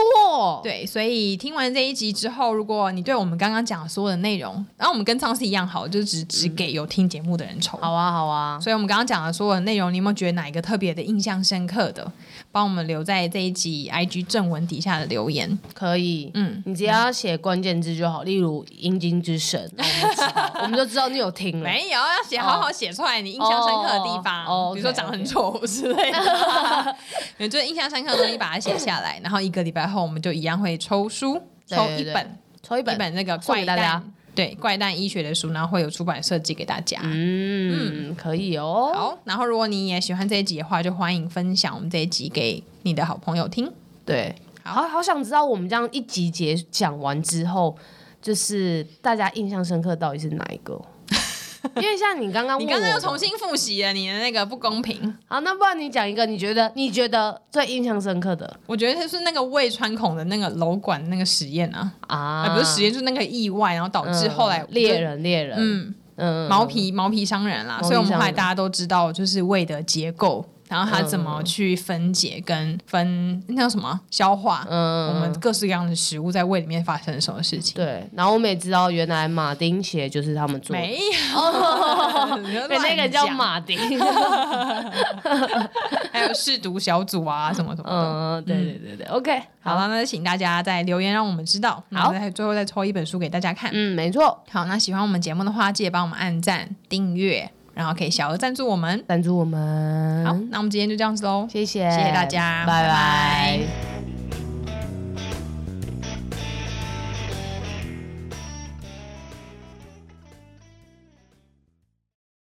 Speaker 2: 对，所以听完这一集之后，如果你对我们刚刚讲的所有的内容，然后我们跟上次一样好，就是只只给有听节目的人抽。
Speaker 1: 好啊，好啊，
Speaker 2: 所以我们刚刚讲的所有的内容，你有没有觉得哪一个特别的印象深刻的？帮我们留在这一集 IG 正文底下的留言。
Speaker 1: 可以。
Speaker 2: 嗯，
Speaker 1: 你只要写关键字就好，例如“阴茎之神”，然后我们知道我们就知道你有听 了。
Speaker 2: 没有要写好好写出来你印象深刻的地方，
Speaker 1: 哦哦哦
Speaker 2: 比如说
Speaker 1: OK，OK
Speaker 2: 长得很丑之 类的，你就是印象深刻的东西把它写下来，然后一个礼拜后我们就一样会抽书，
Speaker 1: 对
Speaker 2: 抽
Speaker 1: 对
Speaker 2: 一
Speaker 1: 对
Speaker 2: 本
Speaker 1: 抽一
Speaker 2: 一
Speaker 1: 本，
Speaker 2: 本那个
Speaker 1: 送给大
Speaker 2: 怪
Speaker 1: 家
Speaker 2: 诞对怪诞医学的书，然后会有出版社寄给大家。
Speaker 1: 嗯，可以哦。
Speaker 2: 好，然后如果你也喜欢这一集的话，就欢迎分享我们这一集给你的好朋友听。
Speaker 1: 对，
Speaker 2: 好
Speaker 1: 好好想知道我们这样一集节讲完之后，就是大家印象深刻到底是哪一 个？因为像你刚刚
Speaker 2: 你
Speaker 1: 问
Speaker 2: 刚刚
Speaker 1: 我的
Speaker 2: 又重新复习了你的那个不公平，
Speaker 1: 好，那不然你讲一个，你觉得你觉得最印象深刻的
Speaker 2: 我觉得就是那个胃穿孔的那个瘘管那个实验啊，
Speaker 1: 啊
Speaker 2: 啊不是实验，就是那个意外，然后导致
Speaker 1: 嗯
Speaker 2: 后来
Speaker 1: 猎人猎人，
Speaker 2: 嗯
Speaker 1: 嗯
Speaker 2: 毛皮毛皮商人啦，
Speaker 1: 毛皮
Speaker 2: 所以我们后
Speaker 1: 商
Speaker 2: 来
Speaker 1: 人
Speaker 2: 大家都知道，就是胃的结构，然后它怎
Speaker 1: 嗯
Speaker 2: 么去分解跟分那叫什么啊消化，
Speaker 1: 嗯
Speaker 2: 我们各式各样的食物在胃里面发生什么事情。
Speaker 1: 对，然后我们也知道，原来马丁鞋就是他们做的，
Speaker 2: 没有，
Speaker 1: 哦
Speaker 2: 你就
Speaker 1: 对， 那个
Speaker 2: 乱
Speaker 1: 叫
Speaker 2: 讲，
Speaker 1: 马丁。
Speaker 2: 还有试毒小组啊，什么什么的。
Speaker 1: 嗯，对对对对，OK，
Speaker 2: 好
Speaker 1: 好，
Speaker 2: 啊了，那就请大家在留言让我们知道，然后再最后再抽一本书给大家看。
Speaker 1: 嗯，没错，
Speaker 2: 好，那喜欢我们节目的话，记得帮我们按赞、订阅，然后可以小额赞助我们。
Speaker 1: 赞助我
Speaker 2: 好
Speaker 1: 们，，
Speaker 2: 那我们今天就这样子喽。
Speaker 1: 谢谢，
Speaker 2: 谢谢大家
Speaker 1: 拜
Speaker 2: 拜拜
Speaker 1: 拜。